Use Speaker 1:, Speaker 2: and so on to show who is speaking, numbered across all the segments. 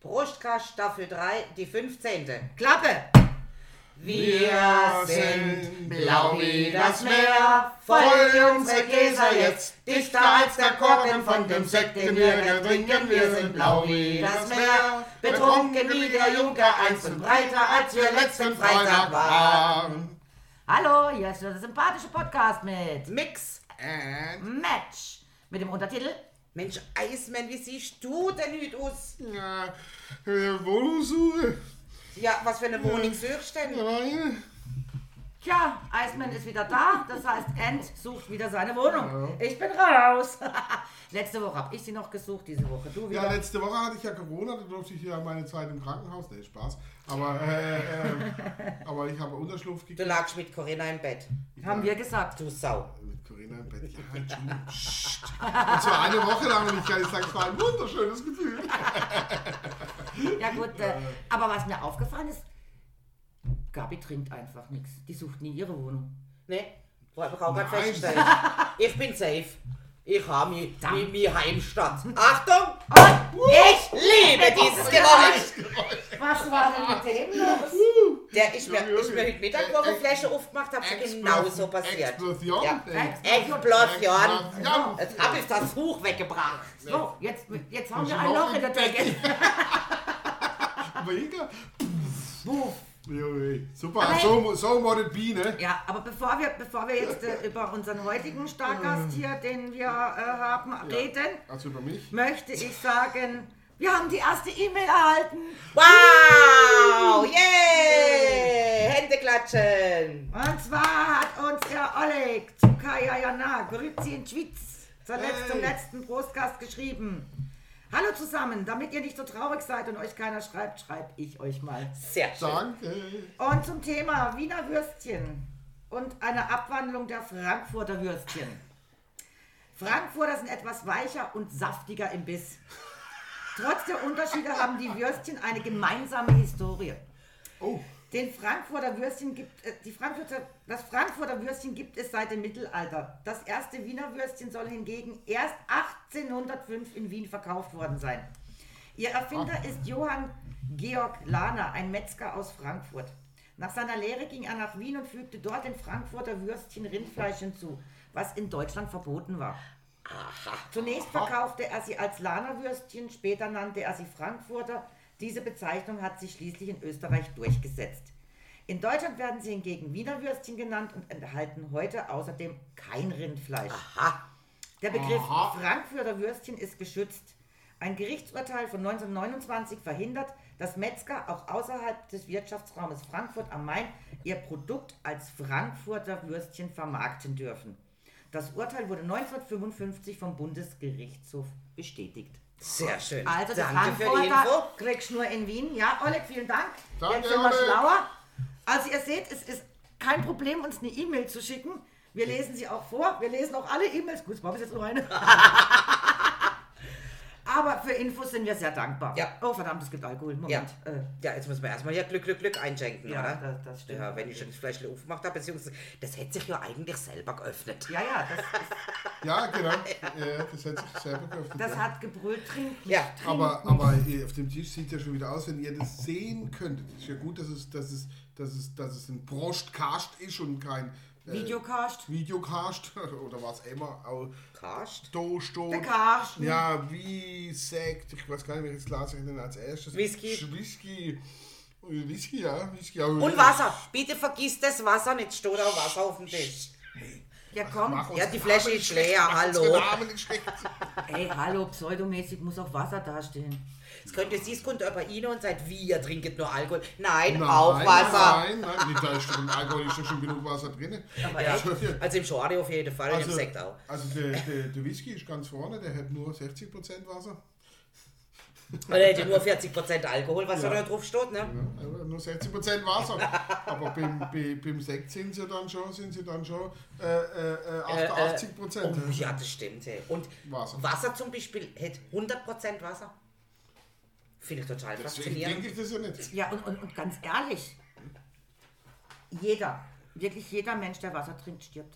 Speaker 1: Bruschka Staffel 3, die 15. Klappe! Wir sind blau wie das Meer, voll wie unsere Gläser jetzt, dichter als der Korken von dem Sekt, den wir hier trinken. Wir sind blau wie das Meer, betrunken wie der Junker, eins und breiter, als wir letzten Freitag waren.
Speaker 2: Hallo, hier ist der sympathische Podcast mit
Speaker 1: Mix and...
Speaker 2: Match mit dem Untertitel
Speaker 1: Mensch, Eismann, wie siehst du denn heute aus?
Speaker 3: Ja, äh, Wohnungssuche.
Speaker 1: Ja, was für eine Wohnung suchst du denn?
Speaker 3: Nein.
Speaker 2: Tja, Iceman ist wieder da, das heißt, Ant sucht wieder seine Wohnung. Ich bin raus. Letzte Woche habe ich sie noch gesucht, diese Woche du
Speaker 3: Ja, ne.
Speaker 2: wieder.
Speaker 3: letzte Woche hatte ich ja Corona, da durfte ich ja meine Zeit im Krankenhaus. Nee, Spaß. Aber, äh, äh, aber ich habe Unterschlupf
Speaker 1: Du
Speaker 3: gekriegt.
Speaker 1: lagst mit Corinna im Bett.
Speaker 2: Haben wir gesagt.
Speaker 1: Du Sau.
Speaker 3: Mit Corinna im Bett. Ja, halt schon. Psst. Und zwar eine Woche lang und ich kann jetzt sagen, es war ein wunderschönes Gefühl.
Speaker 2: Ja gut, äh, aber was mir aufgefallen ist, Gabi trinkt einfach nichts. Die sucht nie ihre Wohnung.
Speaker 1: Ne? Wollte ich auch gerade
Speaker 3: Nein.
Speaker 1: feststellen. Ich bin safe. Ich habe mi,
Speaker 2: Da.
Speaker 1: mi, mi Heimstadt. Achtung!
Speaker 2: Oh. Ich?
Speaker 1: Liebe
Speaker 2: Oh.
Speaker 1: dieses Geräusch!
Speaker 2: Was war denn mit dem los?
Speaker 1: Der ich mir, ich mir heute Mittag noch eine
Speaker 3: Äh,
Speaker 1: Flasche aufgemacht habe, ist genauso genau passiert.
Speaker 3: Explosion.
Speaker 1: Ja.
Speaker 3: Ey.
Speaker 1: Explosion!
Speaker 3: Ja.
Speaker 1: Jetzt habe ich das Buch weggebracht.
Speaker 2: So, jetzt, jetzt haben
Speaker 3: Muss
Speaker 2: wir
Speaker 3: ich
Speaker 2: ein
Speaker 3: noch
Speaker 2: Loch in der
Speaker 3: in die
Speaker 2: Decke.
Speaker 3: Aber egal.
Speaker 2: Buff.
Speaker 3: Juhu. Super, so, so modded Biene.
Speaker 2: Ja, aber bevor wir, bevor wir jetzt äh, über unseren heutigen Stargast hier, den wir äh, haben, reden,
Speaker 3: Also über mich.
Speaker 2: möchte ich sagen, wir haben die erste E-Mail erhalten.
Speaker 1: Wow! Yay! Hände klatschen!
Speaker 2: Und zwar hat uns der Oleg zu Kajajana, Grüzi in Schwyz, zur letzten, zum
Speaker 3: Hey.
Speaker 2: letzten Prostgast geschrieben. Hallo zusammen, damit ihr nicht so traurig seid und euch keiner schreibt, schreibe ich euch mal.
Speaker 1: Sehr schön.
Speaker 3: Danke.
Speaker 2: Und zum Thema Wiener Würstchen und eine Abwandlung der Frankfurter Würstchen. Frankfurter sind etwas weicher und saftiger im Biss. Trotz der Unterschiede haben die Würstchen eine gemeinsame Historie.
Speaker 3: Oh.
Speaker 2: Den Frankfurter Würstchen gibt, äh, die Frankfurter, das Frankfurter Würstchen gibt es seit dem Mittelalter. Das erste Wiener Würstchen soll hingegen erst 1805 in Wien verkauft worden sein. Ihr Erfinder ist Johann Georg Lahner, ein Metzger aus Frankfurt. Nach seiner Lehre ging er nach Wien und fügte dort den Frankfurter Würstchen Rindfleisch hinzu, was in Deutschland verboten war. Zunächst verkaufte er sie als Lahnerwürstchen, später nannte er sie Frankfurter. Diese Bezeichnung hat sich schließlich in Österreich durchgesetzt. In Deutschland werden sie hingegen Wiener Würstchen genannt und enthalten heute außerdem kein Rindfleisch. Der Begriff Frankfurter Würstchen ist geschützt. Ein Gerichtsurteil von 1929 verhindert, dass Metzger auch außerhalb des Wirtschaftsraumes Frankfurt am Main ihr Produkt als Frankfurter Würstchen vermarkten dürfen. Das Urteil wurde 1955 vom Bundesgerichtshof bestätigt.
Speaker 1: Sehr schön.
Speaker 2: Also, der
Speaker 1: Danke für die Info.
Speaker 2: Frankfurter kriegst nur in Wien. Ja, Oleg, vielen Dank.
Speaker 3: Danke,
Speaker 2: Jetzt sind wir
Speaker 3: Oleg.
Speaker 2: schlauer. Also, ihr seht, es ist kein Problem, uns eine E-Mail zu schicken. Wir lesen sie auch vor. Wir lesen auch alle E-Mails. Gut, es war bis jetzt nur eine. Aber für Infos sind wir sehr dankbar.
Speaker 1: Ja.
Speaker 2: Oh, verdammt, es gibt Alkohol. Moment.
Speaker 1: Ja.
Speaker 2: Äh,
Speaker 1: Ja, jetzt muss man erstmal hier Glück, Glück, Glück einschenken,
Speaker 2: Ja,
Speaker 1: oder?
Speaker 2: das- das stimmt.
Speaker 1: Ja, wenn ich schon das Fleisch aufgemacht habe, beziehungsweise das hätte sich ja eigentlich selber geöffnet.
Speaker 2: ja, ja, das, ist,
Speaker 3: Ja, genau. Ja, das hat sich selber geöffnet.
Speaker 2: das
Speaker 3: ja.
Speaker 2: hat gebrüllt. Trinken.
Speaker 1: Ja,
Speaker 3: aber, aber ihr- auf dem Tisch sieht ja schon wieder aus, wenn ihr das sehen könntet. Ist ja gut, dass es, dass es, dass es, dass es ein Brostcast ist und kein äh,
Speaker 2: Videocast.
Speaker 3: Videocast oder was immer. Au-
Speaker 1: Karst?
Speaker 3: Da steht.
Speaker 2: Der Karsten.
Speaker 1: ne?
Speaker 3: Ja, wie Sekt. Ich weiß gar nicht, welches Glas ich denn als erstes.
Speaker 1: Whisky.
Speaker 3: Sch- Whisky. Whisky, ja. Whisky. aber-
Speaker 1: Und Wasser. Bitte vergiss das Wasser nicht. Steht auch Wasser auf dem Tisch.
Speaker 2: Ja, komm.
Speaker 3: Mach uns
Speaker 1: Ja, die Flasche ist leer.
Speaker 3: den
Speaker 1: Hallo.
Speaker 3: Namen nicht schlecht.
Speaker 2: Ey, hallo, pseudomäßig muss auch Wasser dastehen.
Speaker 1: Jetzt könnt ihr sie kommt über ihn und sagt, wie, ihr trinket nur Alkohol. Nein,
Speaker 3: Nein,
Speaker 1: auch Wasser.
Speaker 3: Nein, nein, nee, da ist schon, im Alkohol ist doch schon genug Wasser drin.
Speaker 1: Ja, also im Schorle auf jeden Fall und im Sekt auch.
Speaker 3: also der, der, der Whisky ist ganz vorne, der hat nur 60% Wasser.
Speaker 1: Weil er hätte nur 40% Alkohol, was da drauf steht, ne?
Speaker 3: Ja, aber Äh, nur 60% Wasser. Aber beim, bei- beim Sekt sind sie dann schon, sind sie dann schon äh, äh, äh, 88 Prozent.
Speaker 1: Oh, ja, das stimmt. Hey. Und Wasser.
Speaker 3: Wasser.
Speaker 1: zum Beispiel hätte 100% Wasser. Finde ich total
Speaker 3: Deswegen
Speaker 1: faszinierend.
Speaker 3: denke ich das ja nicht.
Speaker 2: Ja, und, und, und ganz ehrlich, jeder, wirklich jeder Mensch, der Wasser trinkt, stirbt.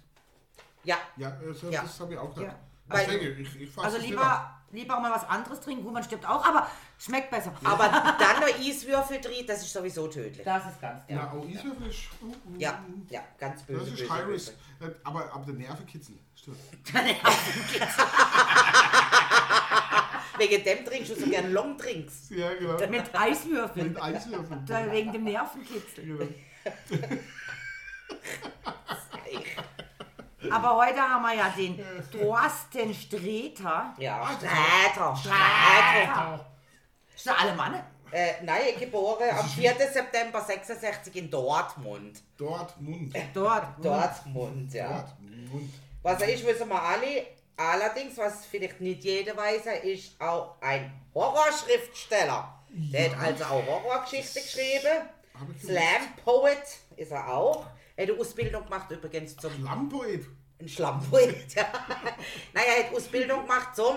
Speaker 1: Ja,
Speaker 3: Ja, also
Speaker 1: Ja.
Speaker 3: das habe ich auch gedacht.
Speaker 2: Ja.
Speaker 3: Deswegen,
Speaker 1: Weil-
Speaker 3: ich, ich fasse
Speaker 2: Also
Speaker 3: es nicht auf.
Speaker 2: lieber lieber auch mal was anderes trinken. Gut, man stirbt auch, aber schmeckt besser.
Speaker 1: Aber dann noch Eiswürfel drin, das ist sowieso tödlich.
Speaker 2: das ist ganz der.
Speaker 3: Ja, auch Eiswürfel ist. uh, uh,
Speaker 1: Ja, ja, ganz böse.
Speaker 3: Das ist
Speaker 1: böse,
Speaker 3: High
Speaker 1: böse.
Speaker 3: Risk. Äh, Aber, aber der Nerven kitzeln. Stimmt.
Speaker 1: Wegen dem trinkst du so gern Long Drinks.
Speaker 3: Ja, genau.
Speaker 2: Mit Eiswürfeln.
Speaker 3: Mit Eiswürfeln.
Speaker 2: Da Wegen dem Nervenkitzel.
Speaker 3: Genau.
Speaker 2: Aber heute haben wir ja den Thorsten Streter.
Speaker 1: Ja,
Speaker 3: Ah, das-
Speaker 1: Sträter, Sträter.
Speaker 2: Ist der Alemanne?
Speaker 1: Äh, nein, geboren am 4. September 66 in Dortmund.
Speaker 3: Dortmund.
Speaker 2: Dort.
Speaker 1: Dortmund, ja.
Speaker 3: Dortmund.
Speaker 1: Was er ist, wissen wir alle. Allerdings, was vielleicht nicht jeder weiß, er ist auch ein Horrorschriftsteller. Der hat also auch Horrorgeschichten geschrieben.
Speaker 3: Hab ich
Speaker 1: Slam Poet ist er auch. Er hat eine Ausbildung gemacht übrigens zum
Speaker 3: Lampoed.
Speaker 1: ein Schlammpoet. ja. Nein, er hat Ausbildung gemacht zum
Speaker 2: Hm,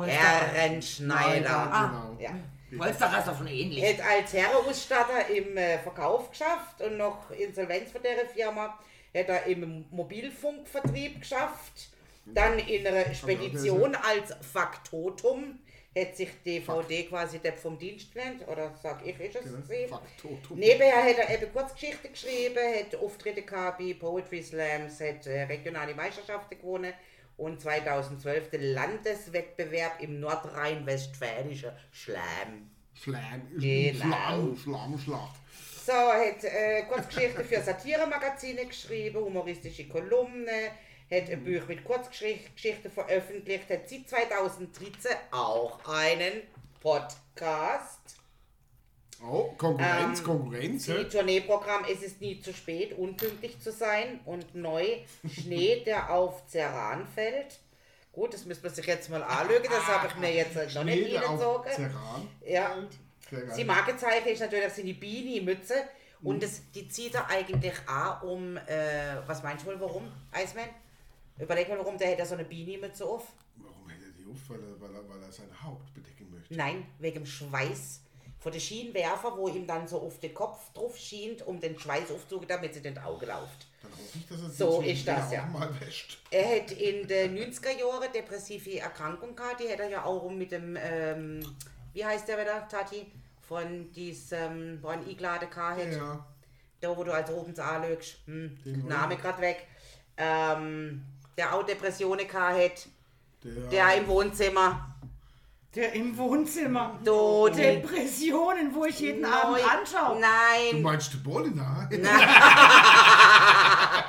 Speaker 2: Polster-
Speaker 1: Herrenschneider.
Speaker 3: genau.
Speaker 2: Ah.
Speaker 1: Ja.
Speaker 2: Polsterer ist davon ähnlich.
Speaker 1: Er hat als Herrenausstatter im äh, Verkauf geschafft und noch Insolvenz von der Firma. Hat er im Mobilfunkvertrieb geschafft. Dann in einer Spedition als Faktotum. Hat sich DVD quasi der vom Dienst genannt, oder sag ich, ist es
Speaker 3: ne? Genau.
Speaker 1: sie?
Speaker 3: Faktotum.
Speaker 1: Nebenher hat er eben Kurzgeschichte geschrieben, hat Auftritte gehabt bei Poetry Slams, hat äh, regionale Meisterschaften gewonnen und 2012 den Landeswettbewerb im nordrhein-westfälischen Slam.
Speaker 3: Schleim.
Speaker 1: Genau.
Speaker 3: Schlamm, Schlamm, Schlacht.
Speaker 1: So, hat äh, Kurzgeschichte für Satiremagazine geschrieben, humoristische Kolumne, hat ein Buch mit Kurzgeschichten veröffentlicht, hat seit 2013 auch einen Podcast.
Speaker 3: Oh, Konkurrenz, Konkurrenz.
Speaker 1: Die
Speaker 3: hä?
Speaker 1: Tourneeprogramm Es ist nie zu spät, unpünktlich zu sein und neu Schnee, der auf Zeran fällt. Gut, das müssen wir sich jetzt mal anlügen, das habe ich mir jetzt halt noch
Speaker 3: Schnee,
Speaker 1: nicht
Speaker 3: der auf
Speaker 1: reingezogen.
Speaker 3: Zeran.
Speaker 1: Ja.
Speaker 3: fällt. Sehr geil.
Speaker 1: Die Markenzeichen ist natürlich das sind die Beanie-Mütze und das, die zieht er eigentlich an um, äh, was meinst du wohl, warum, Iceman? Überleg mal, warum der hätte so eine Beanie-Mütze auf?
Speaker 3: Warum hält er die auf? Weil er, weil er, weil er sein Haupt bedecken möchte.
Speaker 1: Nein, wegen dem Schweiß. Von den Schienenwerfer, wo ihm dann so auf den Kopf drauf schient, um den Schweiß aufzugehen, damit sie in den Auge läuft.
Speaker 3: Dann hoffe ich, dass er sich
Speaker 1: So
Speaker 3: den
Speaker 1: ist das,
Speaker 3: Schnee
Speaker 1: ja.
Speaker 3: auch mal wäscht.
Speaker 1: Er hat in den 90er Jahren depressive Erkrankung gehabt, die hat er ja auch um mit dem, ähm, wie heißt der wieder, Tati? Von diesem, wo ein Iglade gehabt
Speaker 3: Ja,
Speaker 1: hat.
Speaker 3: ja.
Speaker 1: Da, wo du als oben anlügst. Hm,
Speaker 3: Den
Speaker 1: Name gerade weg. Ähm, der auch Depressionen gehabt hat.
Speaker 3: Der,
Speaker 1: Der im Wohnzimmer.
Speaker 2: Der im Wohnzimmer.
Speaker 1: Do, den
Speaker 2: Depressionen, wo ich jeden
Speaker 1: Neu-
Speaker 2: Abend anschaue.
Speaker 3: du
Speaker 1: Nein.
Speaker 3: meinst den Bollinger?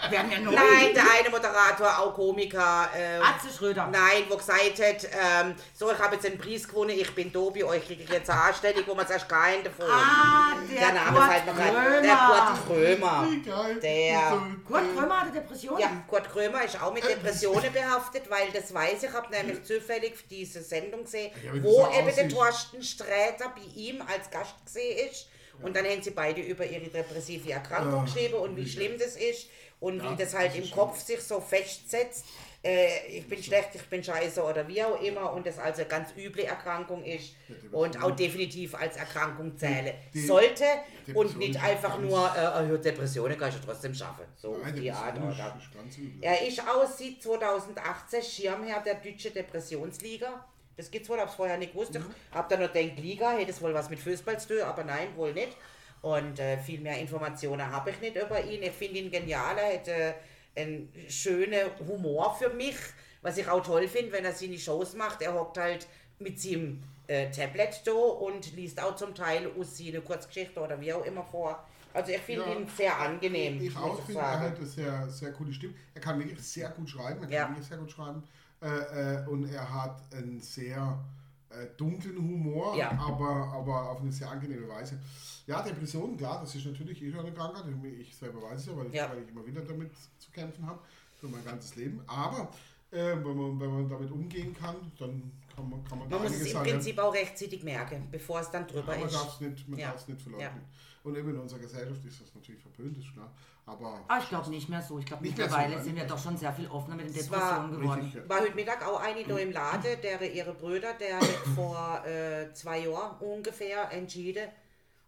Speaker 2: Werden ja neu.
Speaker 1: Nein, der eine Moderator, auch Komiker. Äh,
Speaker 2: Atze Schröder.
Speaker 1: Nein, wo gesagt hat, ähm, so, ich habe jetzt einen Preis gewonnen, ich bin da, bei euch kriege ich jetzt eine Anstellung, wo man sagt, keinen davon.
Speaker 2: Ah, der,
Speaker 1: Der Name fällt mir gerade. Der Kurt Krömer. Hm.
Speaker 3: Wie geil.
Speaker 1: Der-
Speaker 2: Kurt Krömer hatte Depressionen.
Speaker 1: Ja, Kurt Krömer ist auch mit
Speaker 3: Äh,
Speaker 1: Depressionen behaftet, weil das weiß ich, habe nämlich zufällig diese Sendung gesehen,
Speaker 3: Ja, wie
Speaker 1: wo
Speaker 3: das so
Speaker 1: eben der
Speaker 3: aussieht.
Speaker 1: Thorsten Sträter bei ihm als Gast gesehen ist. Und dann haben sie beide über ihre depressive Erkrankung
Speaker 3: Ah,
Speaker 1: geschrieben und wie
Speaker 3: wie
Speaker 1: schlimm das ist und
Speaker 3: Ja,
Speaker 1: wie das
Speaker 3: das
Speaker 1: halt
Speaker 3: ist
Speaker 1: im
Speaker 3: schlimm.
Speaker 1: Kopf sich so festsetzt. Äh, ich bin schlecht, ich bin scheiße oder wie auch immer und das also eine ganz üble Erkrankung ist und auch definitiv als Erkrankung zähle
Speaker 3: die-
Speaker 1: sollte und
Speaker 3: Depression
Speaker 1: nicht
Speaker 3: ist
Speaker 1: einfach
Speaker 3: ganz-
Speaker 1: nur äh, äh, Depressionen kannst du trotzdem schaffen. So auf
Speaker 3: Nein,
Speaker 1: die Art
Speaker 3: Depression
Speaker 1: oder
Speaker 3: ist ganz übel.
Speaker 1: er ist auch seit 2018 Schirmherr der Deutschen Depressionsliga. Das gibt's wohl, hab's vorher nicht gewusst.
Speaker 3: Mhm.
Speaker 1: Ich hab da noch denkt, Liga hätte es wohl was mit Fußball zu tun, aber nein, wohl nicht. Und äh, viel mehr Informationen habe ich nicht über ihn. Ich finde ihn genial, er hat äh, einen schönen Humor für mich, was ich auch toll finde, wenn er seine Shows macht. Er hockt halt mit seinem äh, Tablet da und liest auch zum Teil aus seine Kurzgeschichte oder wie auch immer vor. Also ich finde
Speaker 3: Ja.
Speaker 1: ihn sehr angenehm,
Speaker 3: Ich
Speaker 1: muss
Speaker 3: auch
Speaker 1: ich
Speaker 3: finde, er
Speaker 1: sagen.
Speaker 3: hat eine sehr, sehr coole Stimme. Er kann wirklich sehr gut schreiben. Er kann
Speaker 1: Ja.
Speaker 3: wirklich sehr gut schreiben. Äh, äh, und er hat einen sehr äh, dunklen Humor,
Speaker 1: Ja.
Speaker 3: aber, aber auf eine sehr angenehme Weise. Ja, Depressionen, klar, das ist natürlich eh schon eine Krankheit. Ich ich selber weiß es ja, weil, ich-
Speaker 1: Ja.
Speaker 3: weil ich immer wieder damit zu kämpfen habe, für mein ganzes Leben. Aber äh, wenn, man, wenn man damit umgehen kann, dann kann man, kann man, da
Speaker 1: Man muss es
Speaker 3: einiges
Speaker 1: im
Speaker 3: sagen.
Speaker 1: Prinzip auch rechtzeitig merken, bevor es dann drüber
Speaker 3: Aber man
Speaker 1: ist.
Speaker 3: darf es nicht, man
Speaker 1: Ja.
Speaker 3: darf's nicht verleugnen. Und eben in unserer Gesellschaft ist das natürlich verpönt, ist klar. Aber
Speaker 2: Ah, ich glaube nicht mehr so. Ich glaube,
Speaker 3: Nicht mehr so,
Speaker 2: mittlerweile
Speaker 3: ne?
Speaker 2: sind wir doch schon sehr viel offener mit den
Speaker 1: war
Speaker 2: Depressionen geworden.
Speaker 3: richtig, ja.
Speaker 1: War heute Mittag auch eine da im Laden, der ihre Brüder, der hat vor äh, zwei Jahren ungefähr entschieden.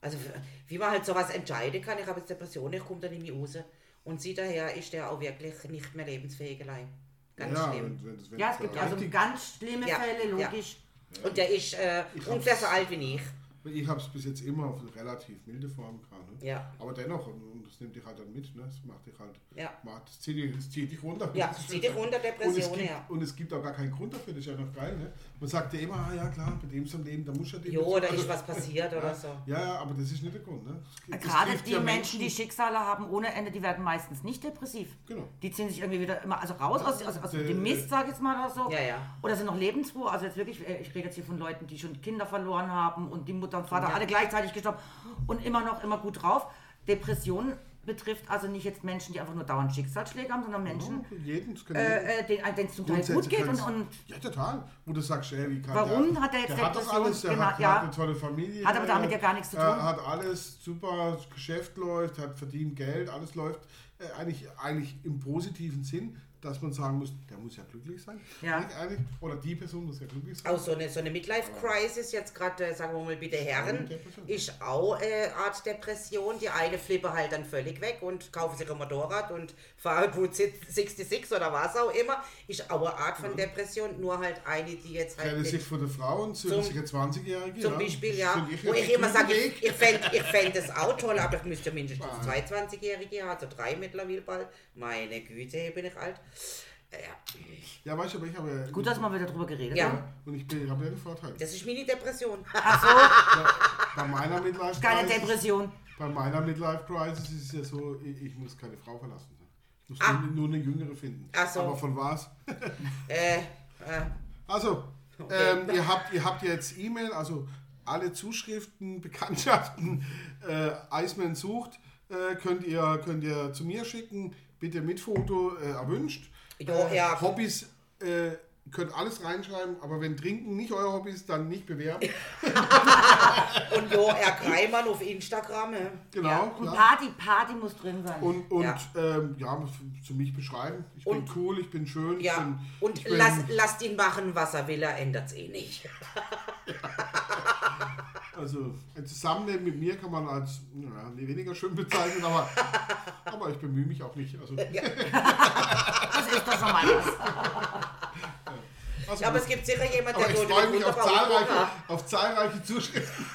Speaker 1: Also wie man halt sowas entscheiden kann, ich habe jetzt Depressionen, ich komme da nicht mehr raus. Und sie daher ist der auch wirklich nicht mehr lebensfähig allein.
Speaker 2: Ganz
Speaker 3: ja,
Speaker 2: schlimm.
Speaker 3: Wenn, wenn, das- wenn
Speaker 2: Ja,
Speaker 3: das
Speaker 2: es gibt
Speaker 3: da
Speaker 2: also
Speaker 3: richtig-
Speaker 2: ganz schlimme
Speaker 1: Ja,
Speaker 2: Fälle,
Speaker 1: ja.
Speaker 2: logisch.
Speaker 1: Und der ist äh,
Speaker 3: Ich
Speaker 1: ungefähr
Speaker 3: hab's-
Speaker 1: so alt wie ich.
Speaker 3: Ich habe es bis jetzt immer auf eine relativ milde Form gehabt. Ne?
Speaker 1: Ja.
Speaker 3: Aber dennoch, und, und das nimmt dich halt dann mit, ne? das macht dich halt,
Speaker 1: Ja.
Speaker 3: macht, das, zieht dich, das zieht dich runter.
Speaker 1: Ja,
Speaker 3: Das
Speaker 1: es
Speaker 3: ist
Speaker 1: zieht
Speaker 3: schön.
Speaker 1: dich runter,
Speaker 3: und es,
Speaker 1: Depression,
Speaker 3: gibt,
Speaker 1: ja.
Speaker 3: und es gibt auch gar keinen Grund dafür, das ist ja noch geil. Ne? Man sagt ja immer, ah ja klar, bei dem ist am Leben, da muss ja dem.
Speaker 1: Jo,
Speaker 3: jetzt-
Speaker 1: oder
Speaker 3: also-
Speaker 1: ist was passiert
Speaker 3: ja,
Speaker 1: oder so.
Speaker 3: Ja, ja, aber das ist nicht der Grund. Ne? Es
Speaker 1: Also
Speaker 3: gibt- es
Speaker 2: Gerade
Speaker 3: trifft
Speaker 2: die
Speaker 3: ja
Speaker 2: Menschen, die Schicksale haben ohne Ende, die werden meistens nicht depressiv.
Speaker 3: Genau.
Speaker 2: Die ziehen sich irgendwie wieder immer also raus aus, aus, aus
Speaker 3: Äh,
Speaker 2: dem Mist, sag ich jetzt mal oder so.
Speaker 1: Ja, ja.
Speaker 2: Oder sind noch lebensfroh. Also jetzt wirklich, äh, ich rede jetzt hier von Leuten, die schon Kinder verloren haben und die Mutter und Vater
Speaker 1: Ja.
Speaker 2: alle gleichzeitig gestorben und immer noch immer gut drauf. Depressionen betrifft also nicht jetzt Menschen, die einfach nur dauernd Schicksalsschläge haben, sondern Menschen,
Speaker 3: Ja, ne? jeden, das kann jeden.
Speaker 2: äh, äh, denen denen es zum Teil gut geht und,
Speaker 3: kannst-
Speaker 2: und
Speaker 3: ja, total. Wo du sagst, ey, wie kann
Speaker 2: Warum
Speaker 3: der,
Speaker 2: hat er jetzt
Speaker 3: der hat das
Speaker 2: Depression?
Speaker 3: alles, der
Speaker 2: Genau,
Speaker 3: hat,
Speaker 2: ja.
Speaker 3: hat eine tolle Familie.
Speaker 2: Hat aber damit
Speaker 3: äh,
Speaker 2: ja gar nichts zu
Speaker 3: äh,
Speaker 2: tun.
Speaker 3: Hat alles super, das Geschäft läuft, hat verdient Geld, alles läuft. Äh, eigentlich, eigentlich im positiven Sinn, dass man sagen muss, der muss ja glücklich sein.
Speaker 2: Ja.
Speaker 3: Eigentlich, eigentlich, oder die Person muss ja glücklich sein.
Speaker 1: Auch so eine, so eine Midlife-Crisis, jetzt gerade, äh, sagen wir mal bitte Herren,
Speaker 3: Depression.
Speaker 1: ist auch äh, Art Depression. Die eine flippe halt dann völlig weg und kaufen sich ein Motorrad und fahren Route 66 oder was auch immer. Ist auch eine Art von Depression, nur halt eine, die jetzt halt
Speaker 3: Kleine
Speaker 1: nicht-
Speaker 3: Sicht von der Frau und
Speaker 1: Zum-
Speaker 3: sich 20-Jährige.
Speaker 1: zum
Speaker 3: ja.
Speaker 1: Beispiel, ja,
Speaker 3: Find
Speaker 1: wo
Speaker 3: einen
Speaker 1: ich immer
Speaker 3: guten
Speaker 1: sage,
Speaker 3: Weg.
Speaker 1: ich, ich fände ich fänd das auch toll, aber ich müsste mindestens
Speaker 3: Ah.
Speaker 1: zwei 20-Jährige haben, also drei mittlerweile bald. Meine Güte, bin ich alt. Äh, Ja,
Speaker 3: Ja, weißt du, aber ich habe ja-
Speaker 2: gut, dass wir mal wieder drüber geredet
Speaker 1: Ja.
Speaker 2: haben.
Speaker 3: Und ich bin- habe ja den Vorteil.
Speaker 1: das ist Mini-Depression.
Speaker 3: Bei meiner Midlife
Speaker 2: Keine
Speaker 3: Crisis-
Speaker 2: Depression.
Speaker 3: Bei meiner Midlife Crisis ist es ja so, ich, ich muss keine Frau verlassen. Ich muss
Speaker 1: Ah.
Speaker 3: nur, nur eine jüngere finden.
Speaker 1: Ach so.
Speaker 3: Aber von was?
Speaker 1: äh, äh,
Speaker 3: Also, ähm, ihr, habt, ihr habt jetzt E-Mail, also alle Zuschriften, Bekanntschaften, äh, Iceman sucht, äh, könnt, ihr, könnt ihr zu mir schicken. Bitte mit Foto äh, erwünscht.
Speaker 1: Jo,
Speaker 3: äh,
Speaker 1: ja.
Speaker 3: Hobbys äh, könnt alles reinschreiben, aber wenn Trinken nicht euer Hobby ist, dann nicht bewerben.
Speaker 1: und Jo R. Kreimann auf Instagram. äh.
Speaker 3: Genau.
Speaker 2: Ja. Und
Speaker 3: klar.
Speaker 2: Party, Party muss drin sein.
Speaker 3: Und, und
Speaker 1: Ja.
Speaker 3: ja. Ähm, ja, f- zu mich beschreiben. Ich
Speaker 1: Und-
Speaker 3: bin cool, ich bin schön. ich
Speaker 1: Ja,
Speaker 3: bin,
Speaker 1: und
Speaker 3: ich bin,
Speaker 1: lass, lasst ihn machen, was er will, er ändert's eh nicht.
Speaker 3: Also ein Zusammenleben mit mir kann man als naja, weniger schön bezeichnen, aber, aber ich bemühe mich auch nicht. Also,
Speaker 2: Das ist doch schon mal was.
Speaker 3: also
Speaker 1: Ja, aber
Speaker 3: gut.
Speaker 1: es gibt sicher jemanden,
Speaker 3: aber
Speaker 1: der
Speaker 3: ich
Speaker 1: würde
Speaker 3: freue mich auf
Speaker 1: wunderbar
Speaker 3: zahlreiche,
Speaker 1: umgehen.
Speaker 3: auf zahlreiche Zuschriften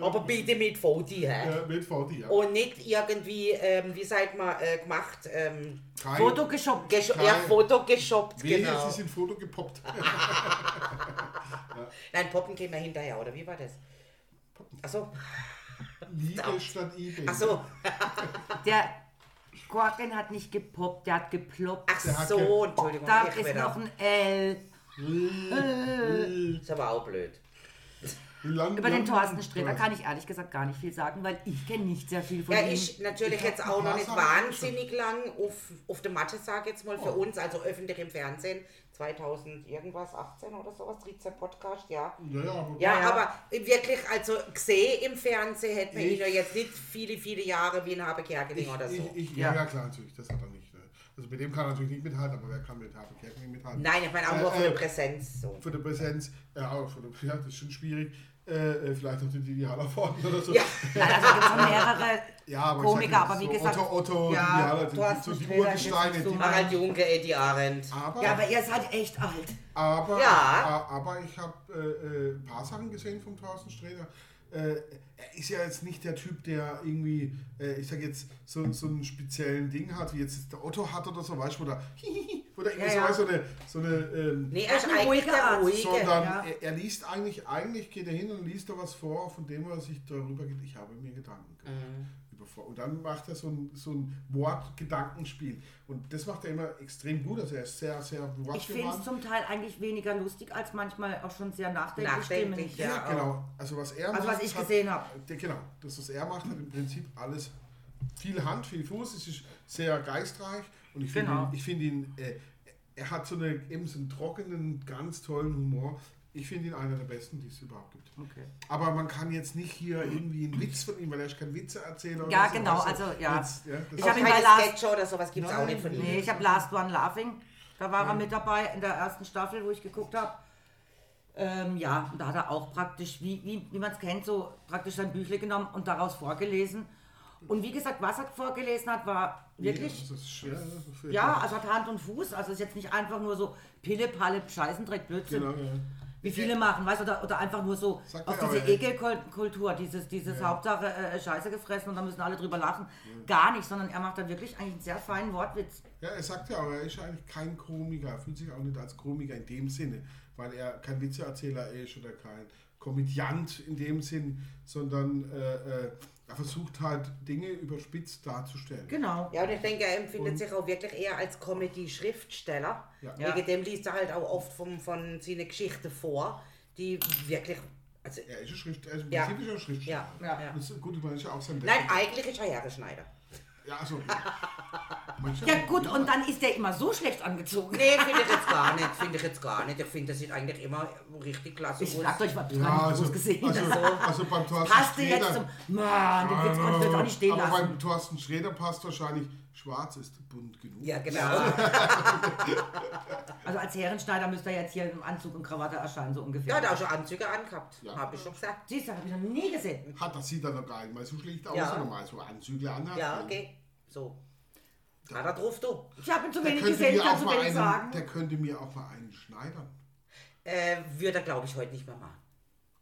Speaker 1: Aber bitte mit Foti, hä?
Speaker 3: äh, mit VT. Ja.
Speaker 1: Und nicht irgendwie, ähm, wie seid man äh, gemacht, ähm,
Speaker 3: Kein,
Speaker 2: Foto geschoppt.
Speaker 1: gescho
Speaker 3: Kein-
Speaker 1: ja, Foto geshoppt,
Speaker 3: wehe,
Speaker 1: genau.
Speaker 3: sie sind Foto gepoppt.
Speaker 1: Nein, poppen gehen wir hinterher, oder wie war das? Achso,
Speaker 3: Liebe statt eBay.
Speaker 1: achso,
Speaker 2: Der Gordon hat nicht gepoppt, der hat geploppt.
Speaker 1: ach
Speaker 3: Der hat
Speaker 1: so,
Speaker 3: ge-
Speaker 1: Entschuldigung,
Speaker 2: da
Speaker 1: ich
Speaker 2: ist
Speaker 1: wieder.
Speaker 2: noch ein L.
Speaker 1: Ist aber auch blöd.
Speaker 2: Über den Thorsten Streber kann ich ehrlich gesagt gar nicht viel sagen, weil ich kenne nicht sehr viel von
Speaker 1: Ja,
Speaker 2: ihm.
Speaker 1: ist natürlich
Speaker 3: Ich hab
Speaker 1: jetzt
Speaker 3: ein
Speaker 1: auch
Speaker 3: paar
Speaker 1: noch nicht
Speaker 3: Sachen Oh. auch
Speaker 1: wahnsinnig lang auf, auf der Matte, sag jetzt mal, für uns, also öffentlich im Fernsehen, 2000 irgendwas, 18 oder sowas, 13 Podcast, ja.
Speaker 3: Ja, ja, aber
Speaker 1: Ja,
Speaker 2: Ja, ja.
Speaker 1: aber wirklich, also gesehen im Fernsehen hätte man ihn
Speaker 3: Ich-
Speaker 1: ja jetzt nicht viele, viele Jahre wie ein Habe Kerkeling oder so.
Speaker 3: Ich, ich, ja.
Speaker 2: Ja.
Speaker 3: ja, klar, natürlich, das hat er nicht. Ne? Also mit dem kann er natürlich nicht mithalten, aber wer kann mit Harpe Kerkeling mithalten?
Speaker 1: Nein, ich meine auch nur
Speaker 3: Äh,
Speaker 1: von der
Speaker 3: äh,
Speaker 1: Präsenz. So.
Speaker 3: Von der Präsenz, ja, auch von der, ja, das ist schon schwierig. Äh, äh, vielleicht auch den Didi Hallervorden oder so.
Speaker 1: Ja.
Speaker 2: Nein, also es gibt schon mehrere
Speaker 3: Ja, aber ich sag
Speaker 2: Komiker,
Speaker 3: jetzt
Speaker 2: aber wie
Speaker 3: so
Speaker 2: gesagt.
Speaker 3: Otto, Otto,
Speaker 2: ja,
Speaker 3: ja, Didi Haller, die,
Speaker 2: Thorsten
Speaker 3: so die
Speaker 2: Sträter ist
Speaker 3: Urgesteine.
Speaker 2: jetzt so
Speaker 3: Die,
Speaker 2: mein-
Speaker 1: Harald Junke, Eddie Arendt.
Speaker 3: aber,
Speaker 2: ja, aber ihr seid echt alt.
Speaker 3: aber,
Speaker 1: Ja.
Speaker 3: a- aber ich habe äh, äh, ein paar Sachen gesehen vom Thorsten Sträter. Äh, er ist ja jetzt nicht der Typ, der irgendwie, äh, ich sag jetzt, so, so einen speziellen Ding hat, wie jetzt der Otto hat oder so, weißt du, wo der, wo der irgendwie
Speaker 2: Ja, ja.
Speaker 3: so, eine, so eine ähm,
Speaker 1: Nee,
Speaker 2: Er
Speaker 1: er ist
Speaker 2: hat eine
Speaker 1: eigentlich
Speaker 2: ruhige
Speaker 1: der
Speaker 2: Art.
Speaker 1: Ruhige.
Speaker 3: sondern
Speaker 2: ja.
Speaker 3: er, er liest eigentlich, eigentlich geht er hin und liest da was vor, von dem er sich darüber geht. Ich habe mir Gedanken gemacht.
Speaker 2: Mhm.
Speaker 3: Über vor und dann macht er so ein, so ein Wort-Gedankenspiel. Und das macht er immer extrem gut. Also er ist sehr, sehr
Speaker 2: Ich finde es
Speaker 3: wortgewandt.
Speaker 2: zum Teil eigentlich weniger lustig als manchmal auch schon sehr nachdenklich.
Speaker 1: Nachdenklich,
Speaker 2: stimmig.
Speaker 1: ja.
Speaker 3: Ja, genau. Also was er
Speaker 2: Also was ich gesehen habe.
Speaker 3: Der, genau, das, was er macht, hat im Prinzip alles viel Hand, viel Fuß. Es ist sehr geistreich und ich
Speaker 2: Genau.
Speaker 3: finde ihn, ich finde ihn äh, er hat so, eine, eben so einen trockenen, ganz tollen Humor. Ich finde ihn einer der besten, die es überhaupt gibt.
Speaker 2: Okay.
Speaker 3: Aber man kann jetzt nicht hier irgendwie einen Witz von ihm, weil er ist kein Witzeerzähler.
Speaker 2: Ja,
Speaker 3: oder so,
Speaker 2: genau,
Speaker 3: weißt du?
Speaker 2: also, ja.
Speaker 3: Jetzt, ja das
Speaker 2: Ich
Speaker 1: Auch
Speaker 2: hab ihn bei
Speaker 1: keine
Speaker 2: Lars-
Speaker 1: Sketche oder sowas gibt es auch
Speaker 3: Nein,
Speaker 1: nicht von ihm.
Speaker 2: Nee, ich habe Last One Laughing. Da war er mit dabei in der ersten Staffel, wo ich geguckt habe. Ähm, ja, und da hat er auch praktisch, wie, wie, wie man es kennt, so praktisch sein Büchle genommen und daraus vorgelesen. Und wie gesagt, was er vorgelesen hat, war wirklich.
Speaker 3: Das ist schwer. für-
Speaker 2: Ja, also hat Hand und Fuß. Also ist jetzt nicht einfach nur so Pille, Palle, Scheißendreck, Blödsinn.
Speaker 3: Genau, ja.
Speaker 2: Wie viele machen, weißt du, oder, oder einfach nur so
Speaker 3: Sagt
Speaker 2: auf
Speaker 3: mir
Speaker 2: diese
Speaker 3: aber, ey.
Speaker 2: Ekelkultur, dieses, dieses Hauptsache äh, Scheiße gefressen und da müssen alle drüber lachen. Gar nicht, sondern er macht da wirklich eigentlich einen sehr feinen Wortwitz.
Speaker 3: ja, er sagt ja, aber er ist eigentlich kein Komiker. Er fühlt sich auch nicht als Komiker in dem Sinne, weil er kein Witzeerzähler ist oder kein Komödiant in dem Sinn, sondern äh, äh, er versucht halt Dinge überspitzt darzustellen.
Speaker 2: Genau.
Speaker 1: Ja, und ich denke, er empfindet sich auch wirklich eher als Comedy-Schriftsteller.
Speaker 3: Ja.
Speaker 2: Ja.
Speaker 1: Wegen dem liest er halt auch oft vom, von seinen Geschichten vor, die wirklich. Also,
Speaker 3: Er ist ein Schrift, er ist ein
Speaker 1: Ja.
Speaker 3: spezifischer Schriftsteller.
Speaker 1: ja.
Speaker 2: Ja. ah.
Speaker 3: Das ist gut, man ist ja auch sein
Speaker 1: Nein, eigentlich ist er Herrenschneider.
Speaker 3: Ja, also. Manche-
Speaker 2: Ja gut, und dann ist der immer so schlecht angezogen.
Speaker 1: Nee, finde ich jetzt gar nicht. Finde ich jetzt gar nicht. Ich finde, das sieht eigentlich immer richtig klasse
Speaker 2: Ich sag
Speaker 1: aus.
Speaker 2: doch, ich war total
Speaker 3: Ja, also,
Speaker 2: groß gesehen.
Speaker 3: also,
Speaker 2: Also,
Speaker 3: also beim Thorsten
Speaker 2: passt dir
Speaker 3: Sträter-
Speaker 2: jetzt zum... Mann, den Witz konnte ich jetzt auch nicht stehen
Speaker 3: aber
Speaker 2: lassen.
Speaker 3: beim Thorsten Sträter passt wahrscheinlich, schwarz ist bunt genug.
Speaker 1: Ja, genau.
Speaker 2: Also als Herrenschneider müsste er jetzt hier im Anzug und Krawatte erscheinen, so
Speaker 1: Ja,
Speaker 2: ungefähr.
Speaker 1: hat auch schon Anzüge angehabt.
Speaker 3: Ja.
Speaker 1: Habe ich schon gesagt.
Speaker 2: Siehst du, habe ich noch nie gesehen.
Speaker 3: Hat, das sieht er noch gar nicht mal so schlecht aus,
Speaker 1: Ja.
Speaker 3: wenn er mal so Anzüge anhat.
Speaker 1: Ja, okay. So. Na, da drauf du.
Speaker 2: Ich habe ihn zu
Speaker 3: Der
Speaker 2: wenig
Speaker 3: könnte,
Speaker 2: gesehen,
Speaker 3: mir
Speaker 2: kann
Speaker 3: auch
Speaker 2: zu
Speaker 3: mal
Speaker 2: wenig
Speaker 3: einen,
Speaker 2: sagen.
Speaker 3: der könnte mir auch mal einen schneidern.
Speaker 1: Äh, würde er, glaube ich, heute nicht mehr machen.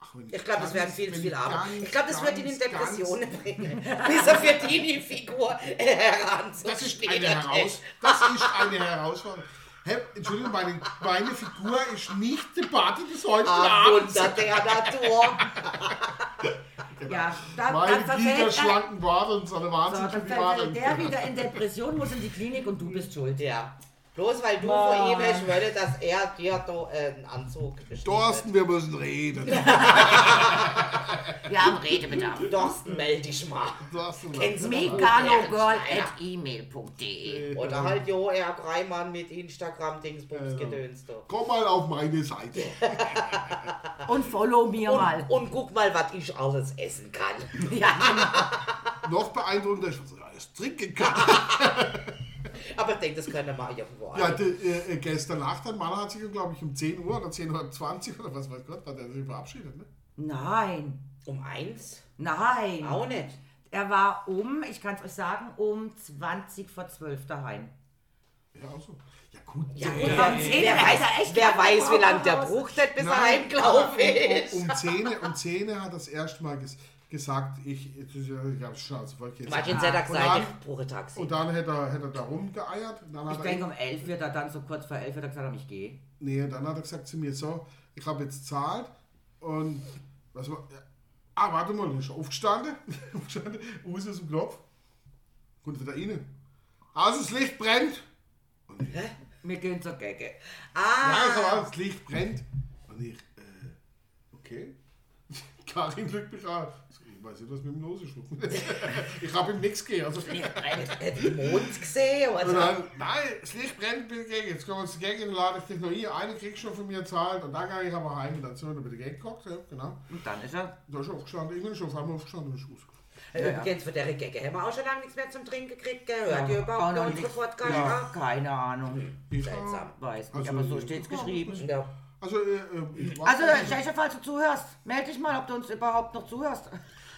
Speaker 3: Ach, wenn
Speaker 1: Ich glaube, das
Speaker 3: ganz-
Speaker 1: wäre viel,
Speaker 3: wenn
Speaker 1: viel Arbeit.
Speaker 3: ganz,
Speaker 1: Ich glaube, das wird ihn in
Speaker 3: ganz,
Speaker 1: Depressionen
Speaker 3: ganz-
Speaker 1: bringen, bis er für die die Figur äh, heranzustehen
Speaker 3: Das ist eine Heraus. Das ist eine Herausforderung. Hä, Entschuldigung, meine, meine Figur ist nicht die Party des heutigen
Speaker 1: Ah,
Speaker 3: Abends.
Speaker 1: Wunder der Natur.
Speaker 2: Ja, da,
Speaker 3: Meine
Speaker 2: dann verfällt er
Speaker 3: giganschlanken Wadeln, seine
Speaker 2: So, dann
Speaker 3: wahnsinnigen
Speaker 2: fällt
Speaker 3: Wadeln.
Speaker 2: der wieder in Depression, muss in die Klinik und du bist schuld.
Speaker 1: Ja. Bloß weil du
Speaker 2: Mann.
Speaker 1: vor ihm hast, würde, dass er dir da äh, einen Anzug beschnitten
Speaker 3: Thorsten, wir müssen reden.
Speaker 2: Wir haben Redebedarf.
Speaker 1: hat. Thorsten, melde dich mal.
Speaker 3: Thorsten,
Speaker 1: Kennst du mich?
Speaker 2: mekanogirl.email.de
Speaker 1: Oder halt Jo, er Greimann mit Instagram-Dingsbums-Gedöns. da.
Speaker 3: Komm mal auf meine Seite.
Speaker 2: Und follow mir mal.
Speaker 1: Und, und guck mal, was ich alles essen kann.
Speaker 2: Ja, genau.
Speaker 3: Noch beeindruckender ist, was er alles trinken kann.
Speaker 1: Aber ich denke, das können wir irgendwo
Speaker 3: Ja,
Speaker 1: ein.
Speaker 3: de, äh, äh, gestern Nacht, ein Mann hat sich, glaube ich, um 10 Uhr oder 10.20 Uhr oder was weiß Gott, hat er sich verabschiedet. Ne?
Speaker 2: Nein,
Speaker 1: Um eins?
Speaker 2: nein.
Speaker 1: Auch nicht.
Speaker 2: Er war um, ich kann es euch sagen, um 20 vor 12 daheim.
Speaker 3: Ja, auch so. Ja, gut.
Speaker 1: Ja,
Speaker 3: äh,
Speaker 1: gut,
Speaker 2: Ja, um 10
Speaker 1: wer
Speaker 2: Uhr
Speaker 1: weiß,
Speaker 2: ist er echt
Speaker 1: wer
Speaker 2: lang
Speaker 1: weiß wie lange der
Speaker 2: raus.
Speaker 1: braucht, nicht, bis er
Speaker 3: Nein,
Speaker 1: heimgelaufen
Speaker 3: um,
Speaker 1: ist.
Speaker 3: um, um 10 um 10 hat er das erste Mal ges gesagt, ich, ich, ich habe Schnauze voll. jetzt.
Speaker 1: Martin hat er
Speaker 3: Und
Speaker 1: gesagt,
Speaker 3: dann,
Speaker 1: ich brauche ein Taxi.
Speaker 3: und dann hätte er, hätte er da rumgeeiert. Und dann hat
Speaker 2: Ich
Speaker 3: er
Speaker 2: denke, um 11 wird er dann so kurz vor 11 wird er gesagt, ich gehe.
Speaker 3: Nee, und dann hat er gesagt zu mir, so, ich habe jetzt zahlt und was war, ja, ah, warte mal, ist aufgestanden, aufgestanden, raus aus dem Knopf, kommt wieder rein. Also das Licht brennt. Und ich, ja,
Speaker 2: Wir gehen zur Gecke.
Speaker 3: so, ah, das Licht brennt. Und ich, äh, okay. Karin lügt mich an. So, Ich weiß nicht, was mit ihm los ist. ich habe ihm nichts gegeben. Also,
Speaker 1: Hat den Mond gesehen? Also,
Speaker 3: und
Speaker 1: Oder?
Speaker 3: dann, Also, nein, das Licht brennt, bitte geh, jetzt kommen wir uns gegen, dann lade ich dich noch ein, eine kriegst du schon von mir zahlt und dann gehe ich aber heim und dann sind wir noch bei der Gang geguckt, ja, genau.
Speaker 2: Und dann ist er.
Speaker 3: Da ist er aufgestanden, ich bin schon auf einmal aufgestanden und ist ausgekommen.
Speaker 1: Äh, Übrigens, von der Gecke haben wir auch schon lange nichts mehr zum Trinken gekriegt. Gell? Hört ihr
Speaker 2: Auch
Speaker 1: überhaupt
Speaker 2: noch
Speaker 1: noch unsere
Speaker 2: nichts.
Speaker 1: Podcast?
Speaker 2: Ja,
Speaker 1: Ja.
Speaker 2: keine Ahnung.
Speaker 3: Ich,
Speaker 1: Seltsam.
Speaker 2: Weiß nicht,
Speaker 3: Also,
Speaker 2: aber so steht's
Speaker 3: ja.
Speaker 2: geschrieben.
Speaker 1: Ja.
Speaker 3: Also, äh, äh, ich war
Speaker 2: Also, Schächer, falls du zuhörst, melde dich mal, ob du uns überhaupt noch zuhörst.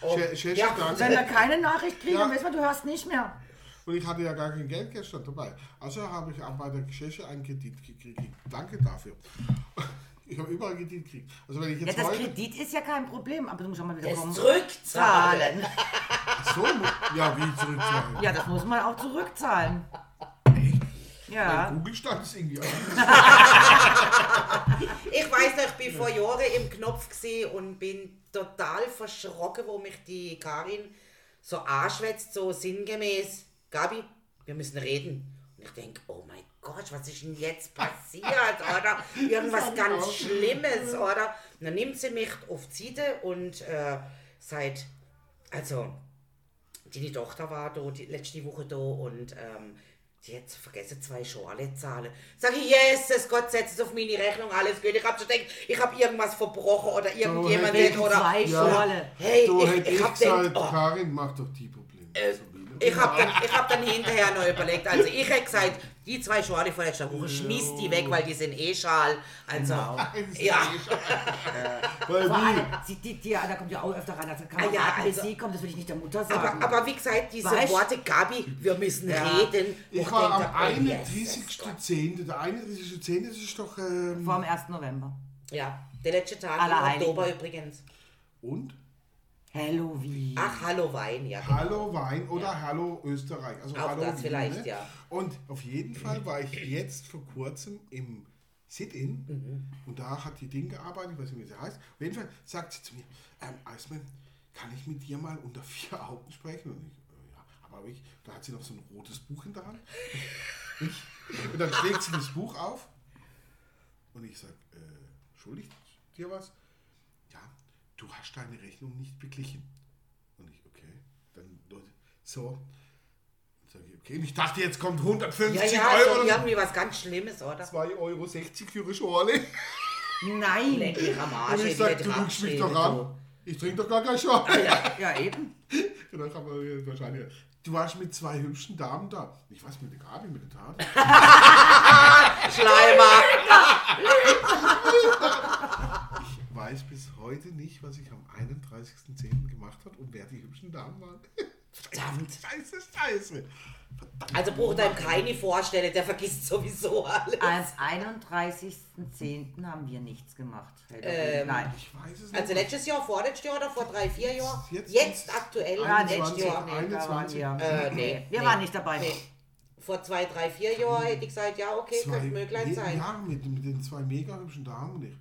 Speaker 1: Oh,
Speaker 3: Schä- Schächer,
Speaker 1: ja.
Speaker 3: danke.
Speaker 2: Wenn wir keine Nachricht kriegen,
Speaker 3: Ja.
Speaker 2: wissen wir, du hörst nicht mehr.
Speaker 3: und ich hatte ja gar kein Geld gestern dabei. Also habe ich auch bei der Geschäfte einen Kredit gekriegt. Danke dafür. Ich habe überall Kredit gekriegt. Also wenn ich
Speaker 2: Ja,
Speaker 3: jetzt
Speaker 2: das
Speaker 3: heute...
Speaker 2: Kredit ist ja kein Problem, aber du musst schon mal wieder
Speaker 1: Es
Speaker 2: kommen.
Speaker 1: zurückzahlen.
Speaker 2: Zahlen.
Speaker 3: Ach so, mu- ja, wie zurückzahlen?
Speaker 2: Ja, das muss man auch zurückzahlen. Ja.
Speaker 3: Google stand es irgendwie anders.
Speaker 1: Ich weiß noch, ich bin vor Jahren im Knopf gewesen und bin total verschrocken, wo mich die Karin so anschwätzt, so sinngemäß. Gabi, wir müssen reden. Und ich denke, oh mein Gott, was ist denn jetzt passiert, oder? Irgendwas ganz Schlimmes, oder? Und dann nimmt sie mich auf die Seite und äh, seit, also, die Tochter war da, die letzte Woche da und ähm, die hat vergessen, zwei Schorle zu zahlen. Sag ich, Jesus Gott, setz es auf meine Rechnung, alles gut. Ich hab schon gedacht, ich hab irgendwas verbrochen oder irgendjemand
Speaker 2: hätte ich
Speaker 1: oder.
Speaker 2: zwei Schorle.
Speaker 1: Hey,
Speaker 3: Du
Speaker 1: ich,
Speaker 3: hätte
Speaker 1: ich,
Speaker 3: ich
Speaker 1: hab gedacht,
Speaker 3: gesagt,
Speaker 1: oh,
Speaker 3: Karin, mach doch die Probleme.
Speaker 1: ich hab, dann- ich hab dann hinterher noch überlegt. Also ich hab gesagt, Die zwei Schale von letzter Woche, schmiss die weg, weil die sind eh schal. Also,
Speaker 2: Genau.
Speaker 1: ja.
Speaker 3: eh Äh, Weil
Speaker 2: Vor allem,
Speaker 3: wie?
Speaker 2: Ah, sie, die, die, da kommt ja auch öfter ran, als
Speaker 1: Ah
Speaker 2: Kameraden,
Speaker 1: ja,
Speaker 2: ja,
Speaker 1: also-
Speaker 2: sie kommt, das will ich nicht der Mutter sagen.
Speaker 1: Aber, aber wie gesagt, diese
Speaker 2: Weißt-
Speaker 1: Worte, Gabi, wir müssen reden.
Speaker 3: Ich
Speaker 1: Wo
Speaker 3: war
Speaker 1: denkt
Speaker 3: am
Speaker 1: er, oh, yes,
Speaker 3: 31.10. Der 31.10. das ist doch. Ähm,
Speaker 2: Vor dem 1. November.
Speaker 1: Ja, der letzte Tag im
Speaker 2: Allerheiligen.
Speaker 1: Oktober übrigens.
Speaker 3: und?
Speaker 2: Halloween.
Speaker 1: Ach, Hallo Wein, ja.
Speaker 3: Äh, Hallo Wein oder Hallo Österreich. Also
Speaker 1: Auch
Speaker 3: Hallo
Speaker 1: das
Speaker 3: Wien,
Speaker 1: vielleicht,
Speaker 3: ne?
Speaker 1: ja. Mhm.
Speaker 3: Und auf jeden Fall war ich jetzt vor kurzem im Sit-In
Speaker 1: Mhm.
Speaker 3: und da hat die Ding gearbeitet, ich weiß nicht, wie sie heißt. Auf jeden Fall sagt sie zu mir, ähm, Eisman, kann ich mit dir mal unter vier Augen sprechen? Und ich, äh, ja, aber ich, da hat sie noch so ein rotes Buch in der Hand. Ich, und dann schlägt sie das Buch auf und ich sage, äh, entschuldigt dir was? Ja, du hast deine Rechnung nicht beglichen. Und ich, okay, dann Leute, so. Dann sag ich, okay, und ich dachte, jetzt kommt 150
Speaker 1: Ja, also, ja,
Speaker 3: Euro.
Speaker 1: so
Speaker 3: oder
Speaker 1: irgendwie was ganz Schlimmes, oder?
Speaker 3: 2,60 Euro für Schorle.
Speaker 2: Nein.
Speaker 1: Leck ihrer Marge,
Speaker 3: Und
Speaker 1: die
Speaker 3: ich sag,
Speaker 1: wird
Speaker 3: du lügst mich doch
Speaker 1: abgeschrieben,
Speaker 3: an. Ich trinke doch gar keine Schorle.
Speaker 2: Ja, eben.
Speaker 3: Und dann kann man wahrscheinlich. Du warst mit zwei hübschen Damen da. Ich weiß, mit der Gabi, mit der Tat.
Speaker 1: du. Schleimer!
Speaker 3: Ich weiß bis heute nicht, was ich am 31.10. gemacht habe und wer die hübschen Damen waren.
Speaker 1: Verdammt.
Speaker 3: Scheiße, scheiße.
Speaker 1: Also braucht einem keine Vorstelle, der vergisst sowieso alle.
Speaker 2: Als 31.10. haben wir nichts gemacht. Halloween. Nein.
Speaker 3: Ich weiß es nicht.
Speaker 1: Also letztes Jahr, vorletztes Jahr oder vor drei, vier Jahren? Jetzt,
Speaker 3: Jetzt-
Speaker 1: aktuell,
Speaker 2: Ah,
Speaker 1: letztes
Speaker 3: 21,
Speaker 1: Jahr.
Speaker 2: nee, da waren
Speaker 3: 21.
Speaker 2: wir.
Speaker 1: Äh, nee,
Speaker 2: Wir
Speaker 1: nee.
Speaker 2: waren nicht dabei.
Speaker 1: Vor zwei, drei, vier Jahren hätte ich gesagt, ja, okay,
Speaker 3: zwei
Speaker 1: könnte möglich
Speaker 3: jeden
Speaker 1: sein.
Speaker 3: Jahr mit, mit den zwei mega hübschen Damen nicht.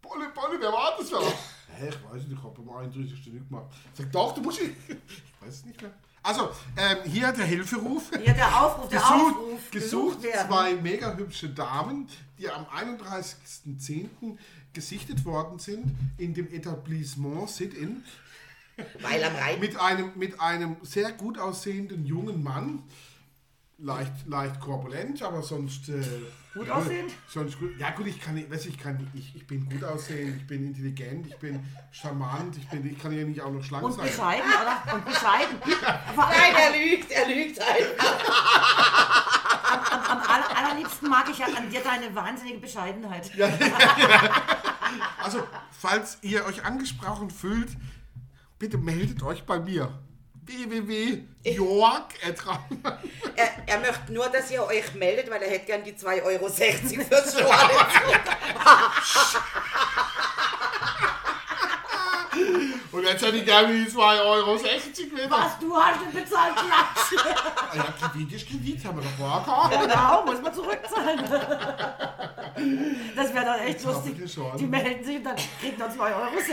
Speaker 3: Bolle, Bolle, wer war das? Wer war? Hä, ich weiß nicht, ich hab am 31. nicht gemacht. Sag doch, du musst. Ich weiß es nicht mehr. Also, ähm, hier der Hilferuf.
Speaker 2: Ja, der Aufruf, der
Speaker 3: gesucht,
Speaker 2: Aufruf.
Speaker 3: gesucht
Speaker 2: werden.
Speaker 3: zwei mega hübsche Damen, die am 31.10. gesichtet worden sind in dem Etablissement Sit-In
Speaker 1: Weil am Rhein
Speaker 3: mit einem, mit einem sehr gut aussehenden jungen Mann. Leicht, leicht korpulent, aber sonst. Äh,
Speaker 2: Gut
Speaker 3: ja,
Speaker 2: aussehend?
Speaker 3: Sonst gut. Ja, gut, ich kann, nicht- weiß ich, kann, ich, ich bin gut aussehend, ich bin intelligent, ich bin charmant, ich, bin, ich kann ja nicht auch noch schlank
Speaker 2: Und
Speaker 3: sein.
Speaker 2: bescheiden, oder? Und bescheiden. Vor
Speaker 1: Nein,
Speaker 2: allem
Speaker 1: er lügt, er lügt einfach.
Speaker 2: am, am aller, allerliebsten mag ich ja an dir deine wahnsinnige Bescheidenheit.
Speaker 3: Also, falls ihr euch angesprochen fühlt, bitte meldet euch bei mir. www.york.
Speaker 1: Er, er möchte nur, dass ihr euch meldet, weil er hätte gern die 2,60 Euro fürs Schwarz.
Speaker 3: Und jetzt hätte ich gerne die 2,60 Euro wieder.
Speaker 2: Was, du hast den bezahlt, Klatsch.
Speaker 3: Ah Ja, Kredit ist Kredit, haben wir doch vorgehauen.
Speaker 2: Genau, muss man zurückzahlen. Das wäre dann echt
Speaker 3: glaub,
Speaker 2: lustig.
Speaker 3: das ist schon.
Speaker 2: Die melden sich und dann kriegt man 2,60 Euro von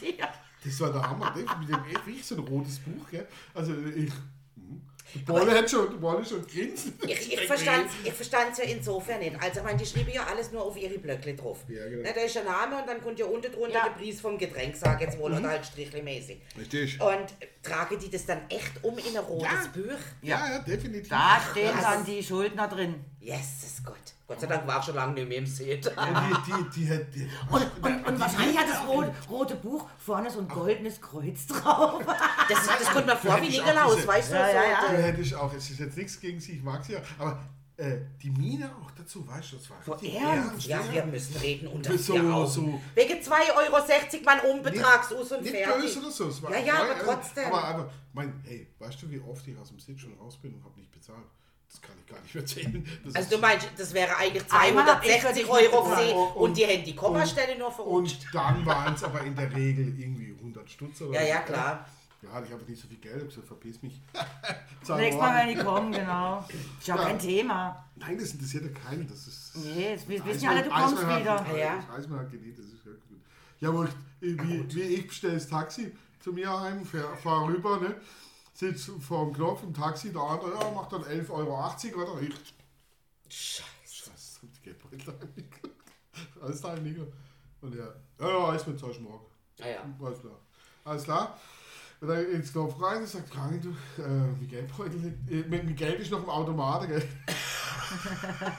Speaker 2: dir.
Speaker 3: Das war der Hammer, ne? mit dem wirklich so ein rotes Buch. Gell? Also, ich. hm. Die Bolle hat schon, die Bolle schon grinsen.
Speaker 1: Ich, ich verstand ich verstand's ja insofern nicht. Also, ich meine, die schrieben ja alles nur auf ihre Blöcke drauf.
Speaker 3: Ja, genau.
Speaker 1: Na, da ist der Name und dann kommt ja unten drunter
Speaker 2: Ja. Mhm.
Speaker 1: der Preis vom Getränk, sag jetzt wohl, oder halt strichelmäßig.
Speaker 3: Richtig.
Speaker 1: Und trage die das dann echt um in ein rotes
Speaker 3: Ja.
Speaker 1: Buch?
Speaker 3: Ja, ja, definitiv.
Speaker 2: Da stehen dann die Schuldner drin.
Speaker 1: Jesus Gott. Gott
Speaker 2: Mhm.
Speaker 1: sei Dank war ich schon lange nicht mehr im Seet.
Speaker 3: Die, die, die, die, die,
Speaker 2: Und, und, und wahrscheinlich hat das rot, rote Buch vorne so ein goldenes Kreuz drauf.
Speaker 1: Das, das kommt mir vor wie
Speaker 3: Ich auch
Speaker 1: Nikolaus,
Speaker 3: diese-
Speaker 1: weißt du?
Speaker 2: Ja,
Speaker 1: so,
Speaker 2: ja, ja.
Speaker 1: der-
Speaker 3: Da hätte ich auch, es ist jetzt nichts gegen sie, ich mag sie ja, aber äh, die Miene auch dazu, weißt du, das war richtig
Speaker 2: ernst?
Speaker 1: Ja, wir
Speaker 3: ja.
Speaker 1: müssen reden unter
Speaker 3: So-
Speaker 1: vier Augen.
Speaker 3: so-
Speaker 1: Wegen 2,60 Euro mein Umbetrag, so und
Speaker 3: Nicht böse
Speaker 1: fertig.
Speaker 3: oder so. es war
Speaker 1: Ja, ja,
Speaker 3: frei,
Speaker 1: aber
Speaker 3: äh,
Speaker 1: trotzdem.
Speaker 3: Aber, aber, mein, hey, weißt du, wie oft ich aus dem Sit schon raus bin und habe nicht bezahlt? Das kann ich gar nicht erzählen. Das
Speaker 1: Also du
Speaker 3: ist-
Speaker 1: meinst, das wäre eigentlich
Speaker 2: Einmal hab ich
Speaker 1: 260
Speaker 2: wirklich
Speaker 1: Euro
Speaker 2: mitgebracht.
Speaker 1: gesehen und,
Speaker 3: Und-
Speaker 1: die Handy-Kommastelle nur verrutscht.
Speaker 3: Und dann waren es aber in der Regel irgendwie 100 Stutz. Oder
Speaker 1: Ja,
Speaker 3: so.
Speaker 1: ja, klar.
Speaker 3: Ja, hatte ich einfach nicht so viel Geld, hab gesagt, verpiss mich.
Speaker 2: Nächstes Mal werden die kommen, genau. Ist ja auch kein Thema.
Speaker 3: Nein, das interessiert ja keinen. Das ist.
Speaker 2: Nee, es- wir wissen ja alle, du kommst wieder.
Speaker 3: Hat,
Speaker 1: Ja.
Speaker 3: ja. Eismann hat gelebt, das ist wirklich gut. Ja, aber ich, wie, wie ich bestelle das Taxi zu mir heim, fahre fahr rüber, ne? Sitz vor dem Knopf im Taxi, der andere ja, macht dann 11,80 Euro oder ich.
Speaker 1: Scheiße.
Speaker 3: Scheiße, das geht bald rein. Alles da im Nico. Und ja, ja, ja, Eismann zahlst du morgen.
Speaker 1: Ja, Ah ja.
Speaker 3: Alles klar. Alles klar. Und dann ins Knopf rein und sagt, Krank, du, äh, mein Geldbeutel liegt, äh, mein mein Geld ist noch im Automaten, gell? Alles klar.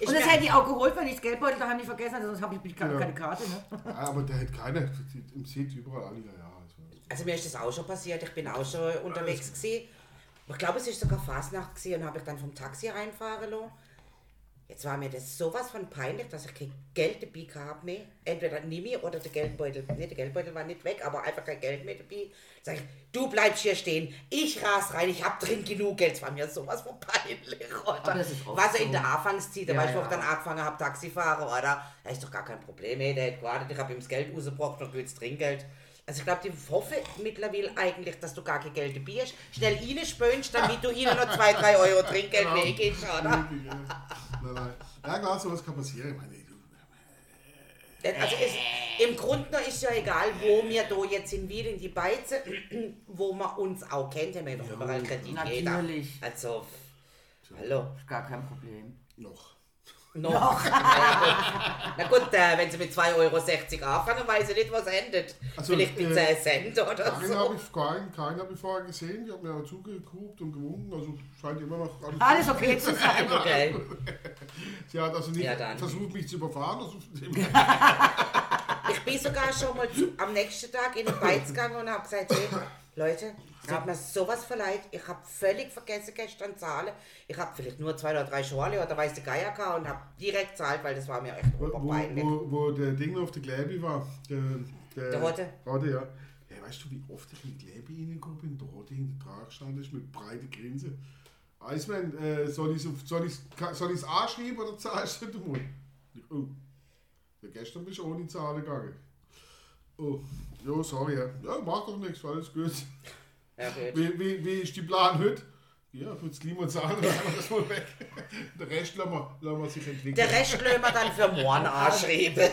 Speaker 1: Ich
Speaker 2: Und das
Speaker 1: merk-
Speaker 2: hätte ich auch geholt, wenn ich das Geldbeutel daheim nicht vergessen hätte, sonst habe ich keine,
Speaker 3: Ja.
Speaker 2: keine Karte. Ne?
Speaker 3: Ja, aber der hat keine. Im Seed überall alle, ja. ja. Also,
Speaker 1: also mir ist das auch schon passiert, ich bin auch schon unterwegs gewesen. Ich glaube, es ist sogar Fasnacht gewesen und habe ich dann vom Taxi reinfahren lassen. Jetzt war mir das sowas von peinlich, dass ich kein Geld dabei gehabt mehr. Entweder Nimi oder der Geldbeutel. Nee, der Geldbeutel war nicht weg, aber einfach kein Geld mehr dabei. Sag ich, du bleibst hier stehen, ich ras rein, ich hab drin genug Geld. Es war mir sowas von peinlich, oder?
Speaker 4: das ist oft
Speaker 1: Was er
Speaker 4: so.
Speaker 1: in der Anfangszeit, da
Speaker 4: Ja,
Speaker 1: war ich
Speaker 4: ja.
Speaker 1: auch dann angefangen habe, Taxifahren, oder? Da ist doch gar kein Problem, ey, der hätte gewartet, ich habe ihm das Geld rausgebracht, noch gibt's Trinkgeld. Also ich glaube, die hoffe mittlerweile eigentlich, dass du gar kein Geld dabei hast. Schnell ihnen spönst, damit du ihnen noch 2, 3 Euro Trinkgeld
Speaker 3: Genau.
Speaker 1: weggehst,
Speaker 4: Mhm.
Speaker 1: oder?
Speaker 3: Möglich, ja. Nein, nein. Ja klar, sowas kann passieren. Ich meine, du,
Speaker 1: Denn also es, im Grunde noch ist ja egal, wo wir da jetzt in Wien in die Beize, wo man uns auch kennt, ja, wir haben ja, überall Kredit
Speaker 4: Natürlich.
Speaker 1: jeder. Also, hallo.
Speaker 4: Ist Gar kein Problem.
Speaker 3: noch.
Speaker 1: Noch. Na gut, äh, wenn sie mit 2,60 Euro anfangen, weiß sie nicht, was endet.
Speaker 3: Also,
Speaker 1: Vielleicht mit
Speaker 3: äh,
Speaker 1: 10 Cent oder
Speaker 3: Keinen
Speaker 1: so.
Speaker 3: habe ich, keinen, keinen hab ich vorher gesehen. Die haben mir auch zugekuckt und gewunken. Also scheint immer noch alles.
Speaker 4: Alles okay zu sein.
Speaker 1: Okay.
Speaker 3: Sie hat also nicht
Speaker 1: Ja, dann.
Speaker 3: versucht, mich zu überfahren. Also,
Speaker 1: Ich bin sogar schon mal zu, am nächsten Tag in die Beiz gegangen und habe gesagt, hey, Leute, es hat mir sowas verleid. Ich habe völlig vergessen gestern zu zahlen. Ich habe vielleicht nur zwei oder drei Schorle oder weiß der Geier gehabt und habe direkt gezahlt, weil das war mir echt
Speaker 3: wo,
Speaker 1: oberpeinlich.
Speaker 3: wo, wo der Ding auf der Gläbi war. Der, der,
Speaker 1: Der Rote.
Speaker 3: Rote, ja. Hey, weißt du, wie oft ich in Gläbi hingekommen bin? Der Rote hinten dran gestanden ist mit breiter Grinse. Eismann, äh, soll ich es soll ich's- ka- soll ich's anschreiben oder zahlst du den Mund? Oh. Ja, gestern bist du ohne Zahlen gegangen. Oh, jo, sorry. Ja, ja macht doch nichts, alles gut.
Speaker 1: Ja, gut.
Speaker 3: Wie, wie, wie ist die Plan heute? Ja, für das Klima und Zahn, dann haben wir das mal weg. Den Rest lassen wir, lassen wir sich entwickeln.
Speaker 1: Der Rest lösen wir dann für morgen anschreiben.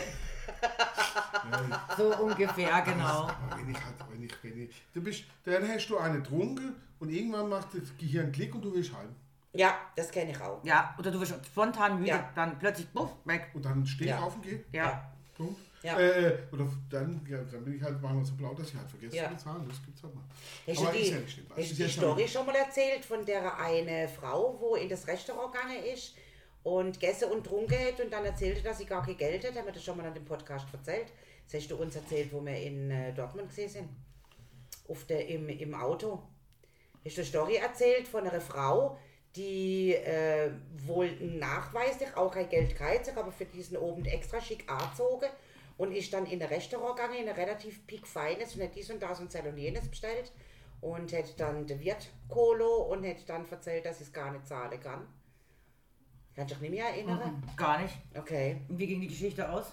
Speaker 4: So ungefähr, genau.
Speaker 1: Ah.
Speaker 3: Aber wenn ich halt, wenn ich, wenn ich, du bist, dann hast du einen getrunken und irgendwann macht das Gehirn Klick und du willst heim.
Speaker 1: Ja, das kenne ich auch.
Speaker 4: Ja, oder du wirst spontan müde,
Speaker 1: Ja.
Speaker 4: dann plötzlich, puff, weg.
Speaker 3: Und dann stehe ich
Speaker 1: Ja.
Speaker 3: auf und gehe.
Speaker 4: Ja.
Speaker 3: Punkt.
Speaker 1: Ja.
Speaker 3: Äh, oder dann, ja, dann bin ich halt manchmal so blau, dass ich halt vergesse
Speaker 1: Ja.
Speaker 3: zu bezahlen. Das gibt's halt mal.
Speaker 1: Hast du
Speaker 3: Aber
Speaker 1: die,
Speaker 3: ist ja nicht schlimm.
Speaker 1: hast
Speaker 3: Also
Speaker 1: du
Speaker 3: ist
Speaker 1: die
Speaker 3: ja schon-
Speaker 1: Story schon mal erzählt von der eine Frau, wo in das Restaurant gegangen ist und gegessen und trunken hat und dann erzählte, dass sie gar kein Geld hat? Haben wir das schon mal an dem Podcast erzählt? Das hast du uns erzählt, wo wir in äh, Dortmund gesehen sind. Auf der, im, Im Auto. Hast du eine Story erzählt von einer Frau, die äh, wohl nachweislich auch kein Geld gehabt hat, aber für diesen Abend extra schick angezogen und ist dann in ein Restaurant gegangen, in ein relativ pickfeines und hat dies und das und Zell und jenes bestellt und hat dann der Wirt Kolo und hat dann erzählt, dass sie es gar nicht zahlen kann. Kannst du dich nicht mehr erinnern?
Speaker 4: Mhm. Gar nicht.
Speaker 1: Okay.
Speaker 4: Und wie ging die Geschichte aus?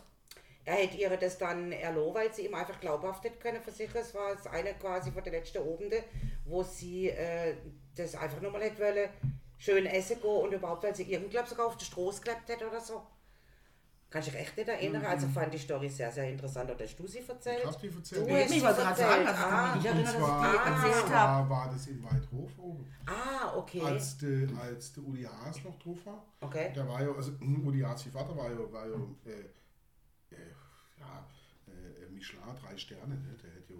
Speaker 1: Er hätte ihr das dann erlaubt, weil sie ihm einfach glaubhaft hätte können versichern. Es war das eine quasi von der letzten Obende, wo sie äh, das einfach nochmal hätte wollen, schön essen gehen und überhaupt, weil sie irgend glaub, sogar auf die Straße geklebt hätte oder so. Kannst du dich echt nicht erinnern? Also
Speaker 4: Mhm.
Speaker 1: ich fand die Story sehr, sehr interessant. Oder hast du sie erzählt?
Speaker 3: Ich hab die erzählt.
Speaker 1: Du hast
Speaker 4: Ich
Speaker 1: sie
Speaker 4: wollte gerade sagen,
Speaker 1: erzählt.
Speaker 4: dass ich
Speaker 1: Ah,
Speaker 4: kann mich nicht
Speaker 3: Und
Speaker 4: erinnere,
Speaker 3: zwar,
Speaker 4: dass ich die
Speaker 3: und
Speaker 4: erzählt habe.
Speaker 3: zwar war das im Waldhof oben.
Speaker 1: ah, okay.
Speaker 3: als der als der Uli Haas noch drauf war.
Speaker 1: Okay.
Speaker 3: Da war ja, also Uli Haas, ihr Vater war ja, war ja, äh, äh, ja äh, Michelin, drei Sterne, ne? der hat ja,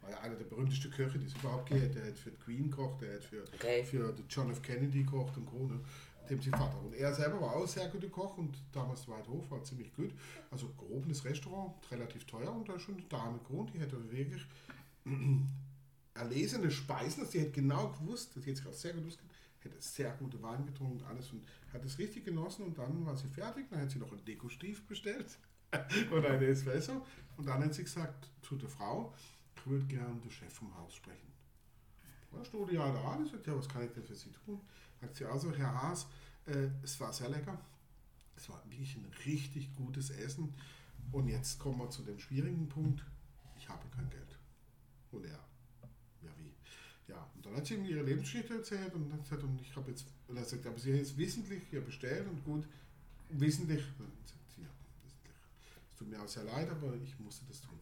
Speaker 3: war ja einer der berühmtesten Köche, die es überhaupt gibt. Der hat für die Queen gekocht, der hat für,
Speaker 1: Okay.
Speaker 3: für den John F. Kennedy gekocht und Co. Ne? Dem sein Vater. Und er selber war auch sehr guter Koch und damals der Waldhof war ziemlich gut. Also gehobenes Restaurant, relativ teuer und da ist schon eine Dame gewohnt, die hätte wirklich erlesene Speisen, dass die hätte genau gewusst, dass die hätte sich auch sehr gut auskennt, hätte sehr gute Wein getrunken und alles und hat es richtig genossen und dann war sie fertig, dann hat sie noch einen Dekostief bestellt und eine Espresso und dann hat sie gesagt zu der Frau, ich würde gerne den Chef vom Haus sprechen. Da stod die alle an und sagt, ja, was kann ich denn für Sie tun? Sagt sie, also Herr Haas, äh, es war sehr lecker, es war wirklich ein richtig gutes Essen und jetzt kommen wir zu dem schwierigen Punkt, ich habe kein Geld. Und er, ja, wie? Ja, und dann hat sie ihm ihre Lebensgeschichte erzählt und hat gesagt, und ich habe jetzt, und er sagt, aber sie hat jetzt wissentlich hier bestellt und gut, wissentlich, und dann sagt sie, ja, wissentlich. Es tut mir auch sehr leid, aber ich musste das tun.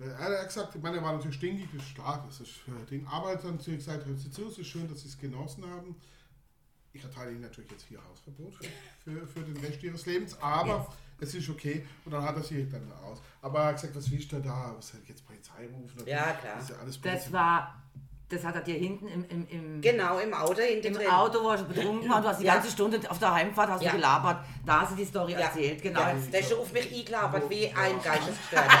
Speaker 3: Äh, Er hat gesagt, ich meine, er war natürlich stinkig, das ist klar, das ist äh, den Arbeitern natürlich gesagt, hört sie zu, es ist schön, dass sie es genossen haben. Ich erteile ihnen natürlich jetzt hier Hausverbot für, für, für den Rest ihres Lebens, aber es ist okay. Und dann hat er sie dann aus. Aber er hat gesagt, was willst du da? Was soll ich jetzt Polizei rufen?
Speaker 1: Ja, klar.
Speaker 3: Das ist ja alles
Speaker 4: Das
Speaker 3: Blödsinn.
Speaker 4: war, das hat er dir hinten im, im, im,
Speaker 1: Genau, im Auto hinten
Speaker 4: im
Speaker 1: drin.
Speaker 4: Auto, wo er schon betrunken war, du hast die
Speaker 1: Ja.
Speaker 4: ganze Stunde auf der Heimfahrt hast
Speaker 1: Ja.
Speaker 4: du gelabert. Da hast du die Story
Speaker 1: Ja.
Speaker 4: erzählt, genau.
Speaker 1: Ja, der ist schon auf mich eingelabert wie ein Geistesgestörter.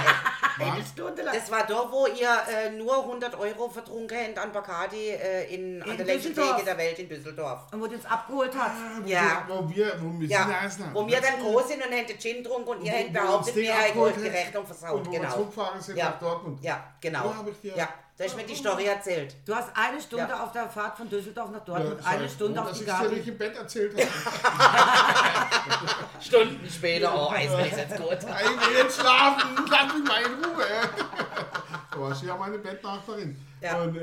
Speaker 5: eine Stunde lang.
Speaker 1: Das war doch, wo ihr äh, nur 100 Euro vertrunken habt an Bacardi äh, in, an
Speaker 2: In
Speaker 1: der längsten
Speaker 2: Düsseldorf.
Speaker 1: Theke der Welt in Düsseldorf.
Speaker 2: Und wo die uns abgeholt hat.
Speaker 1: Ja.
Speaker 3: Wo wir, wo wir sind
Speaker 1: Ja,
Speaker 3: erst nach-
Speaker 1: wo wir dann groß sind und hätten Gin getrunken und ihr
Speaker 3: Wo-
Speaker 1: hättet
Speaker 3: wo uns
Speaker 1: behauptet,
Speaker 3: den
Speaker 1: wir
Speaker 3: abgeholt
Speaker 1: hätten die
Speaker 3: hätten
Speaker 1: Rechnung versaut.
Speaker 3: Und wo wir
Speaker 1: Genau.
Speaker 3: zurückgefahren sind
Speaker 1: Ja.
Speaker 3: nach Dortmund.
Speaker 1: Ja, genau.
Speaker 3: Da hab ich dir-
Speaker 1: Ja, da hast du mir die Story erzählt.
Speaker 2: Du hast eine Stunde
Speaker 1: Ja.
Speaker 2: auf der Fahrt von Düsseldorf nach
Speaker 3: Ja,
Speaker 2: Dortmund,
Speaker 3: sei
Speaker 2: eine
Speaker 3: froh,
Speaker 2: Stunde auf
Speaker 3: dass
Speaker 2: die
Speaker 3: ich es dir
Speaker 2: Gabel.
Speaker 3: nicht im Bett erzählt habe.
Speaker 1: Stunden später, oh, Eismann ist jetzt gut.
Speaker 3: Ich will jetzt schlafen, lass mich mal in Ruhe. Da war sie ja meine Bettnachbarin.
Speaker 1: Ja.
Speaker 3: Und äh,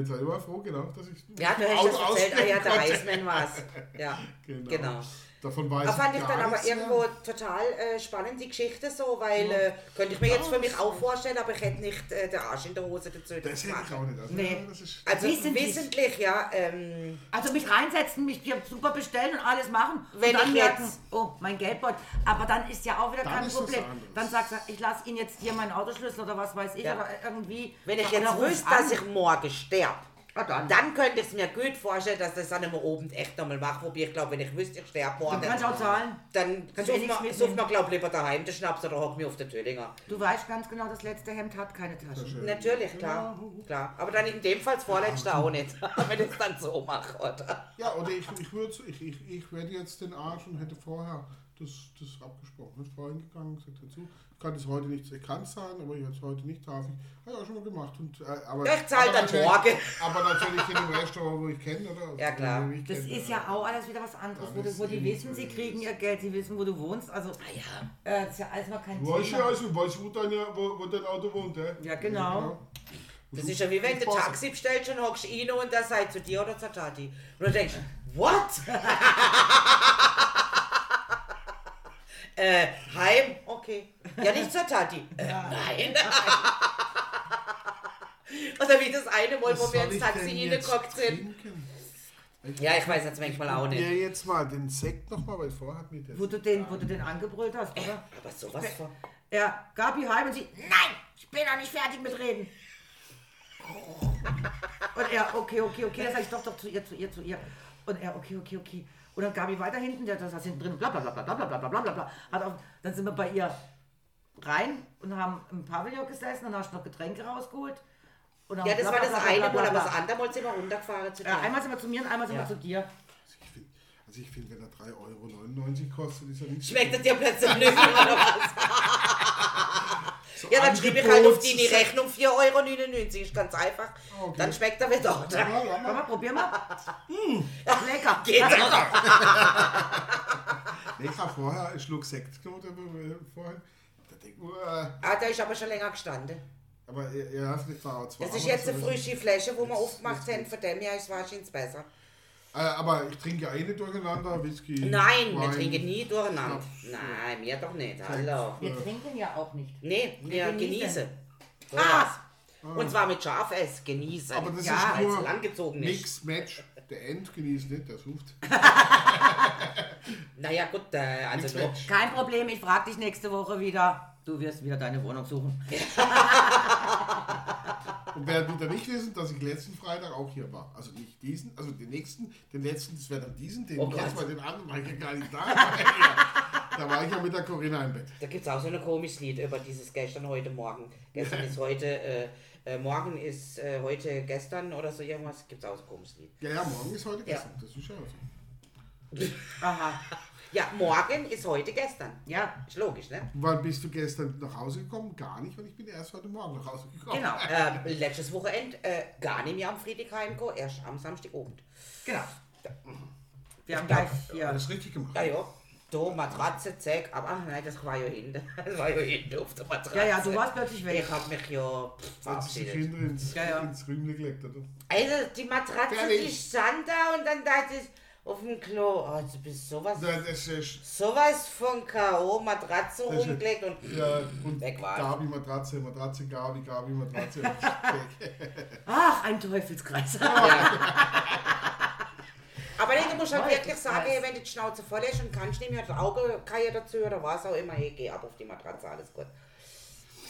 Speaker 3: äh, sei mal froh, genau, dass ich
Speaker 1: Ja, du hast
Speaker 3: Auto
Speaker 1: das erzählt, ah ja,
Speaker 3: ausstellen
Speaker 1: der
Speaker 3: konnte.
Speaker 1: Eismann war es. Ja,
Speaker 3: Genau.
Speaker 1: genau.
Speaker 3: Davon weiß
Speaker 1: Das fand
Speaker 3: ich
Speaker 1: ich
Speaker 3: gar
Speaker 1: dann aber
Speaker 3: nichts mehr.
Speaker 1: irgendwo total äh, spannend, die Geschichte so, weil äh, könnte ich mir jetzt für mich auch vorstellen, aber ich hätte nicht äh, den Arsch in der Hose dazu.
Speaker 3: Das hätte ich auch nicht. Also,
Speaker 2: Nee.
Speaker 3: ja, das ist,
Speaker 1: Also
Speaker 2: Wissentlich.
Speaker 1: wissentlich, ja. Ähm,
Speaker 2: Also mich reinsetzen, mich hier super bestellen und alles machen.
Speaker 1: Wenn
Speaker 2: und dann
Speaker 1: ich
Speaker 2: merken,
Speaker 1: jetzt-
Speaker 2: oh, mein Geldbeutel. Aber dann ist ja auch wieder
Speaker 3: Dann
Speaker 2: kein
Speaker 3: ist das
Speaker 2: Problem.
Speaker 3: anderes.
Speaker 2: Dann sagst du, ich lasse Ihnen jetzt hier meinen Autoschlüssel oder was weiß ich
Speaker 1: Ja.
Speaker 2: oder irgendwie.
Speaker 1: Wenn ich
Speaker 2: Oder
Speaker 1: jetzt
Speaker 2: ruf
Speaker 1: wüsste,
Speaker 2: an.
Speaker 1: dass ich morgen sterbe,
Speaker 2: Ah, dann.
Speaker 1: dann könnte ich es mir gut vorstellen, dass das dann am Abend echt nochmal mache. Wobei ich glaube, wenn ich wüsste, ich sterbe morgen,
Speaker 2: Dann kannst du auch zahlen.
Speaker 1: dann
Speaker 2: Kannst du eh
Speaker 1: sucht
Speaker 2: nichts
Speaker 1: man,
Speaker 2: mitnehmen.
Speaker 1: sucht man glaube ich, lieber daheim den Schnaps oder hockt mir auf der Töllinger.
Speaker 2: Du weißt ganz genau, das letzte Hemd hat keine Taschen.
Speaker 1: Natürlich, klar. klar. Aber dann in dem Fall das Vorletzte auch nicht, wenn ich es dann so mache, oder?
Speaker 3: ja, oder ich, ich würde ich, ich, ich werde jetzt den Arsch und hätte vorher das, das abgesprochen. Ich vorhin gegangen, gesagt dazu, ich kann das heute nicht, ich kann es zahlen, aber jetzt heute nicht, darf ich. Habe ich auch schon mal gemacht. Und, äh, aber,
Speaker 1: Ja, ich zahl
Speaker 3: aber
Speaker 1: dann
Speaker 3: natürlich-
Speaker 1: morgen.
Speaker 3: Aber natürlich in einem Restaurant, wo ich kenne, oder? Also,
Speaker 1: Ja, klar.
Speaker 3: Wo ich
Speaker 2: Das
Speaker 3: kenne,
Speaker 2: ist ja auch alles wieder was anderes, wo, du,
Speaker 3: Alles
Speaker 2: wo die
Speaker 3: eben.
Speaker 2: wissen, sie kriegen ihr Geld, sie wissen, wo du wohnst.
Speaker 1: Ah
Speaker 2: Also, äh, ist ja alles mal kein
Speaker 3: Weißt du,
Speaker 2: Thema.
Speaker 3: also, weißt du, wo dein, wo, wo dein Auto wohnt, äh?
Speaker 2: Ja, genau.
Speaker 1: Das ist ja wie wenn du ein
Speaker 2: also
Speaker 1: Taxi bestellst und hockst rein und der sagt zu dir oder zur Tati. Und du denkst, what? äh, heim? Okay. Ja, nicht zur Tati. Äh, nein. oder wie das eine Mal, wo wir ins Taxi reingeguckt sind. Ja, ich weiß jetzt manchmal auch
Speaker 3: Ja,
Speaker 1: nicht.
Speaker 3: jetzt mal den Sekt nochmal, weil vorher hat mir der.
Speaker 2: Wo du, den, wo du den angebrüllt hast, oder?
Speaker 1: Aber sowas von.
Speaker 2: Ja, Gabi heim und sie, nein, ich bin noch nicht fertig mit Reden. Und er, okay, okay, okay, das sag ich doch, doch zu ihr, zu ihr, zu ihr. Und er, okay, okay, okay. Und dann Gabi weiter hinten, der saß hinten drin, bla bla bla bla bla bla bla bla bla. bla. Hat auf, dann sind wir bei ihr rein und haben im Pavillon gesessen und hast noch Getränke rausgeholt. Und haben
Speaker 1: Ja, das
Speaker 2: bla,
Speaker 1: war
Speaker 2: bla,
Speaker 1: das
Speaker 2: bla, bla,
Speaker 1: eine
Speaker 2: bla,
Speaker 1: Mal,
Speaker 2: bla,
Speaker 1: aber das
Speaker 2: bla.
Speaker 1: andere Mal sind wir runtergefahren zu dir.
Speaker 2: Ja, einmal sind wir zu mir und einmal sind
Speaker 1: Ja.
Speaker 2: wir zu dir.
Speaker 3: Ich find, also, ich finde, wenn er 3,99 Euro kostet, ist er nicht.
Speaker 1: Schmeckt es dir plötzlich nicht oder was? ja, dann schrieb ich halt auf die, die Rechnung 4,99 Euro, ist ganz einfach.
Speaker 3: Okay.
Speaker 1: Dann schmeckt er wieder, oder?
Speaker 3: Ja, ja,
Speaker 2: Komm mal,
Speaker 3: ja.
Speaker 2: probier mal. Lecker.
Speaker 1: Geht doch.
Speaker 3: Nee, ich habe vorher einen Schluck Sekt geholt, aber, äh, vorhin. Da denk ich, uah.
Speaker 1: Ah, der ist aber schon länger gestanden.
Speaker 3: aber ja, ja, vielleicht war auch zwei.
Speaker 1: Das ist jetzt eine
Speaker 3: Frühstück.
Speaker 1: frische Flasche, wo wir aufgemacht haben, von dem her ist es wahrscheinlich besser.
Speaker 3: Äh, aber ich trinke ja eh nicht durcheinander, Whisky.
Speaker 1: Nein, wir
Speaker 3: Wein.
Speaker 1: trinken nie durcheinander.
Speaker 3: Schnaps.
Speaker 1: Nein, mir doch nicht. Hallo.
Speaker 2: Wir trinken ja auch nicht.
Speaker 1: Nee, wir
Speaker 2: genießen.
Speaker 1: genießen. So was. Und zwar mit Schafess, genießen.
Speaker 3: Aber das
Speaker 1: ja,
Speaker 3: ist nur
Speaker 1: weil es langgezogen ist.
Speaker 3: Mix, Match, der End genießt nicht, der sucht.
Speaker 1: Naja, gut, äh, also nur.
Speaker 3: Match.
Speaker 2: Kein Problem, ich frage dich nächste Woche wieder. Du wirst wieder deine Wohnung suchen.
Speaker 3: Und wer wieder nicht wissen, dass ich letzten Freitag auch hier war. Also nicht diesen, also den nächsten, den letzten, das wäre dann diesen, den
Speaker 1: Oh
Speaker 3: ich jetzt
Speaker 1: Gott.
Speaker 3: mal den anderen, war ich ja gar nicht da. Ja. da war ich ja mit der Corinna im Bett.
Speaker 1: Da gibt es auch so ein komisches Lied über dieses gestern, heute, morgen. Gestern ist heute, äh, äh, morgen ist äh, heute, gestern oder so irgendwas. Gibt es auch so ein komisches Lied.
Speaker 3: Ja, ja, morgen ist heute gestern. Das ist ja so.
Speaker 2: Aha.
Speaker 1: Ja, morgen ist heute, gestern.
Speaker 2: Ja,
Speaker 1: Ist logisch, ne?
Speaker 3: Wann bist du gestern nach Hause gekommen? Gar nicht, weil ich bin erst heute Morgen nach Hause gekommen.
Speaker 2: genau.
Speaker 1: Ähm, letztes Wochenende äh, gar nicht mehr am Freitag heimgekommen, erst am Samstagabend.
Speaker 2: Genau. Wir haben gleich hier.
Speaker 3: Alles richtig gemacht.
Speaker 1: Ja, ja. Da, Matratze, zack, aber ach nein, das war ja hinten. Das war ja hinten auf der Matratze.
Speaker 2: Ja, ja, du warst plötzlich weg.
Speaker 1: Ich hab mich ja pff,
Speaker 3: Hat sich die
Speaker 1: verabschiedet.
Speaker 3: Kinder ins,
Speaker 2: Ja, ja.
Speaker 3: ins Rühmle gelegt, oder?
Speaker 1: Also, die Matratze, die
Speaker 3: Fertig.
Speaker 1: stand da und dann dachte ich, auf dem Klo, oh, du bist sowas,
Speaker 3: Ja, Das ist,
Speaker 1: sowas von K.O. Matratze
Speaker 3: ist-
Speaker 1: rumgelegt und
Speaker 3: ja, und
Speaker 1: Weg war.
Speaker 3: Gabi Matratze, Matratze, Gabi, Gabi Matratze. Ah,
Speaker 2: Ach, ein Teufelskreis.
Speaker 1: Aber nee, du musst halt
Speaker 2: Leute,
Speaker 1: wirklich sagen,
Speaker 2: weiß.
Speaker 1: wenn du die Schnauze voll hast und kannst nicht mehr das Auge keine dazu oder was auch immer, hey, geh ab auf die Matratze, alles gut.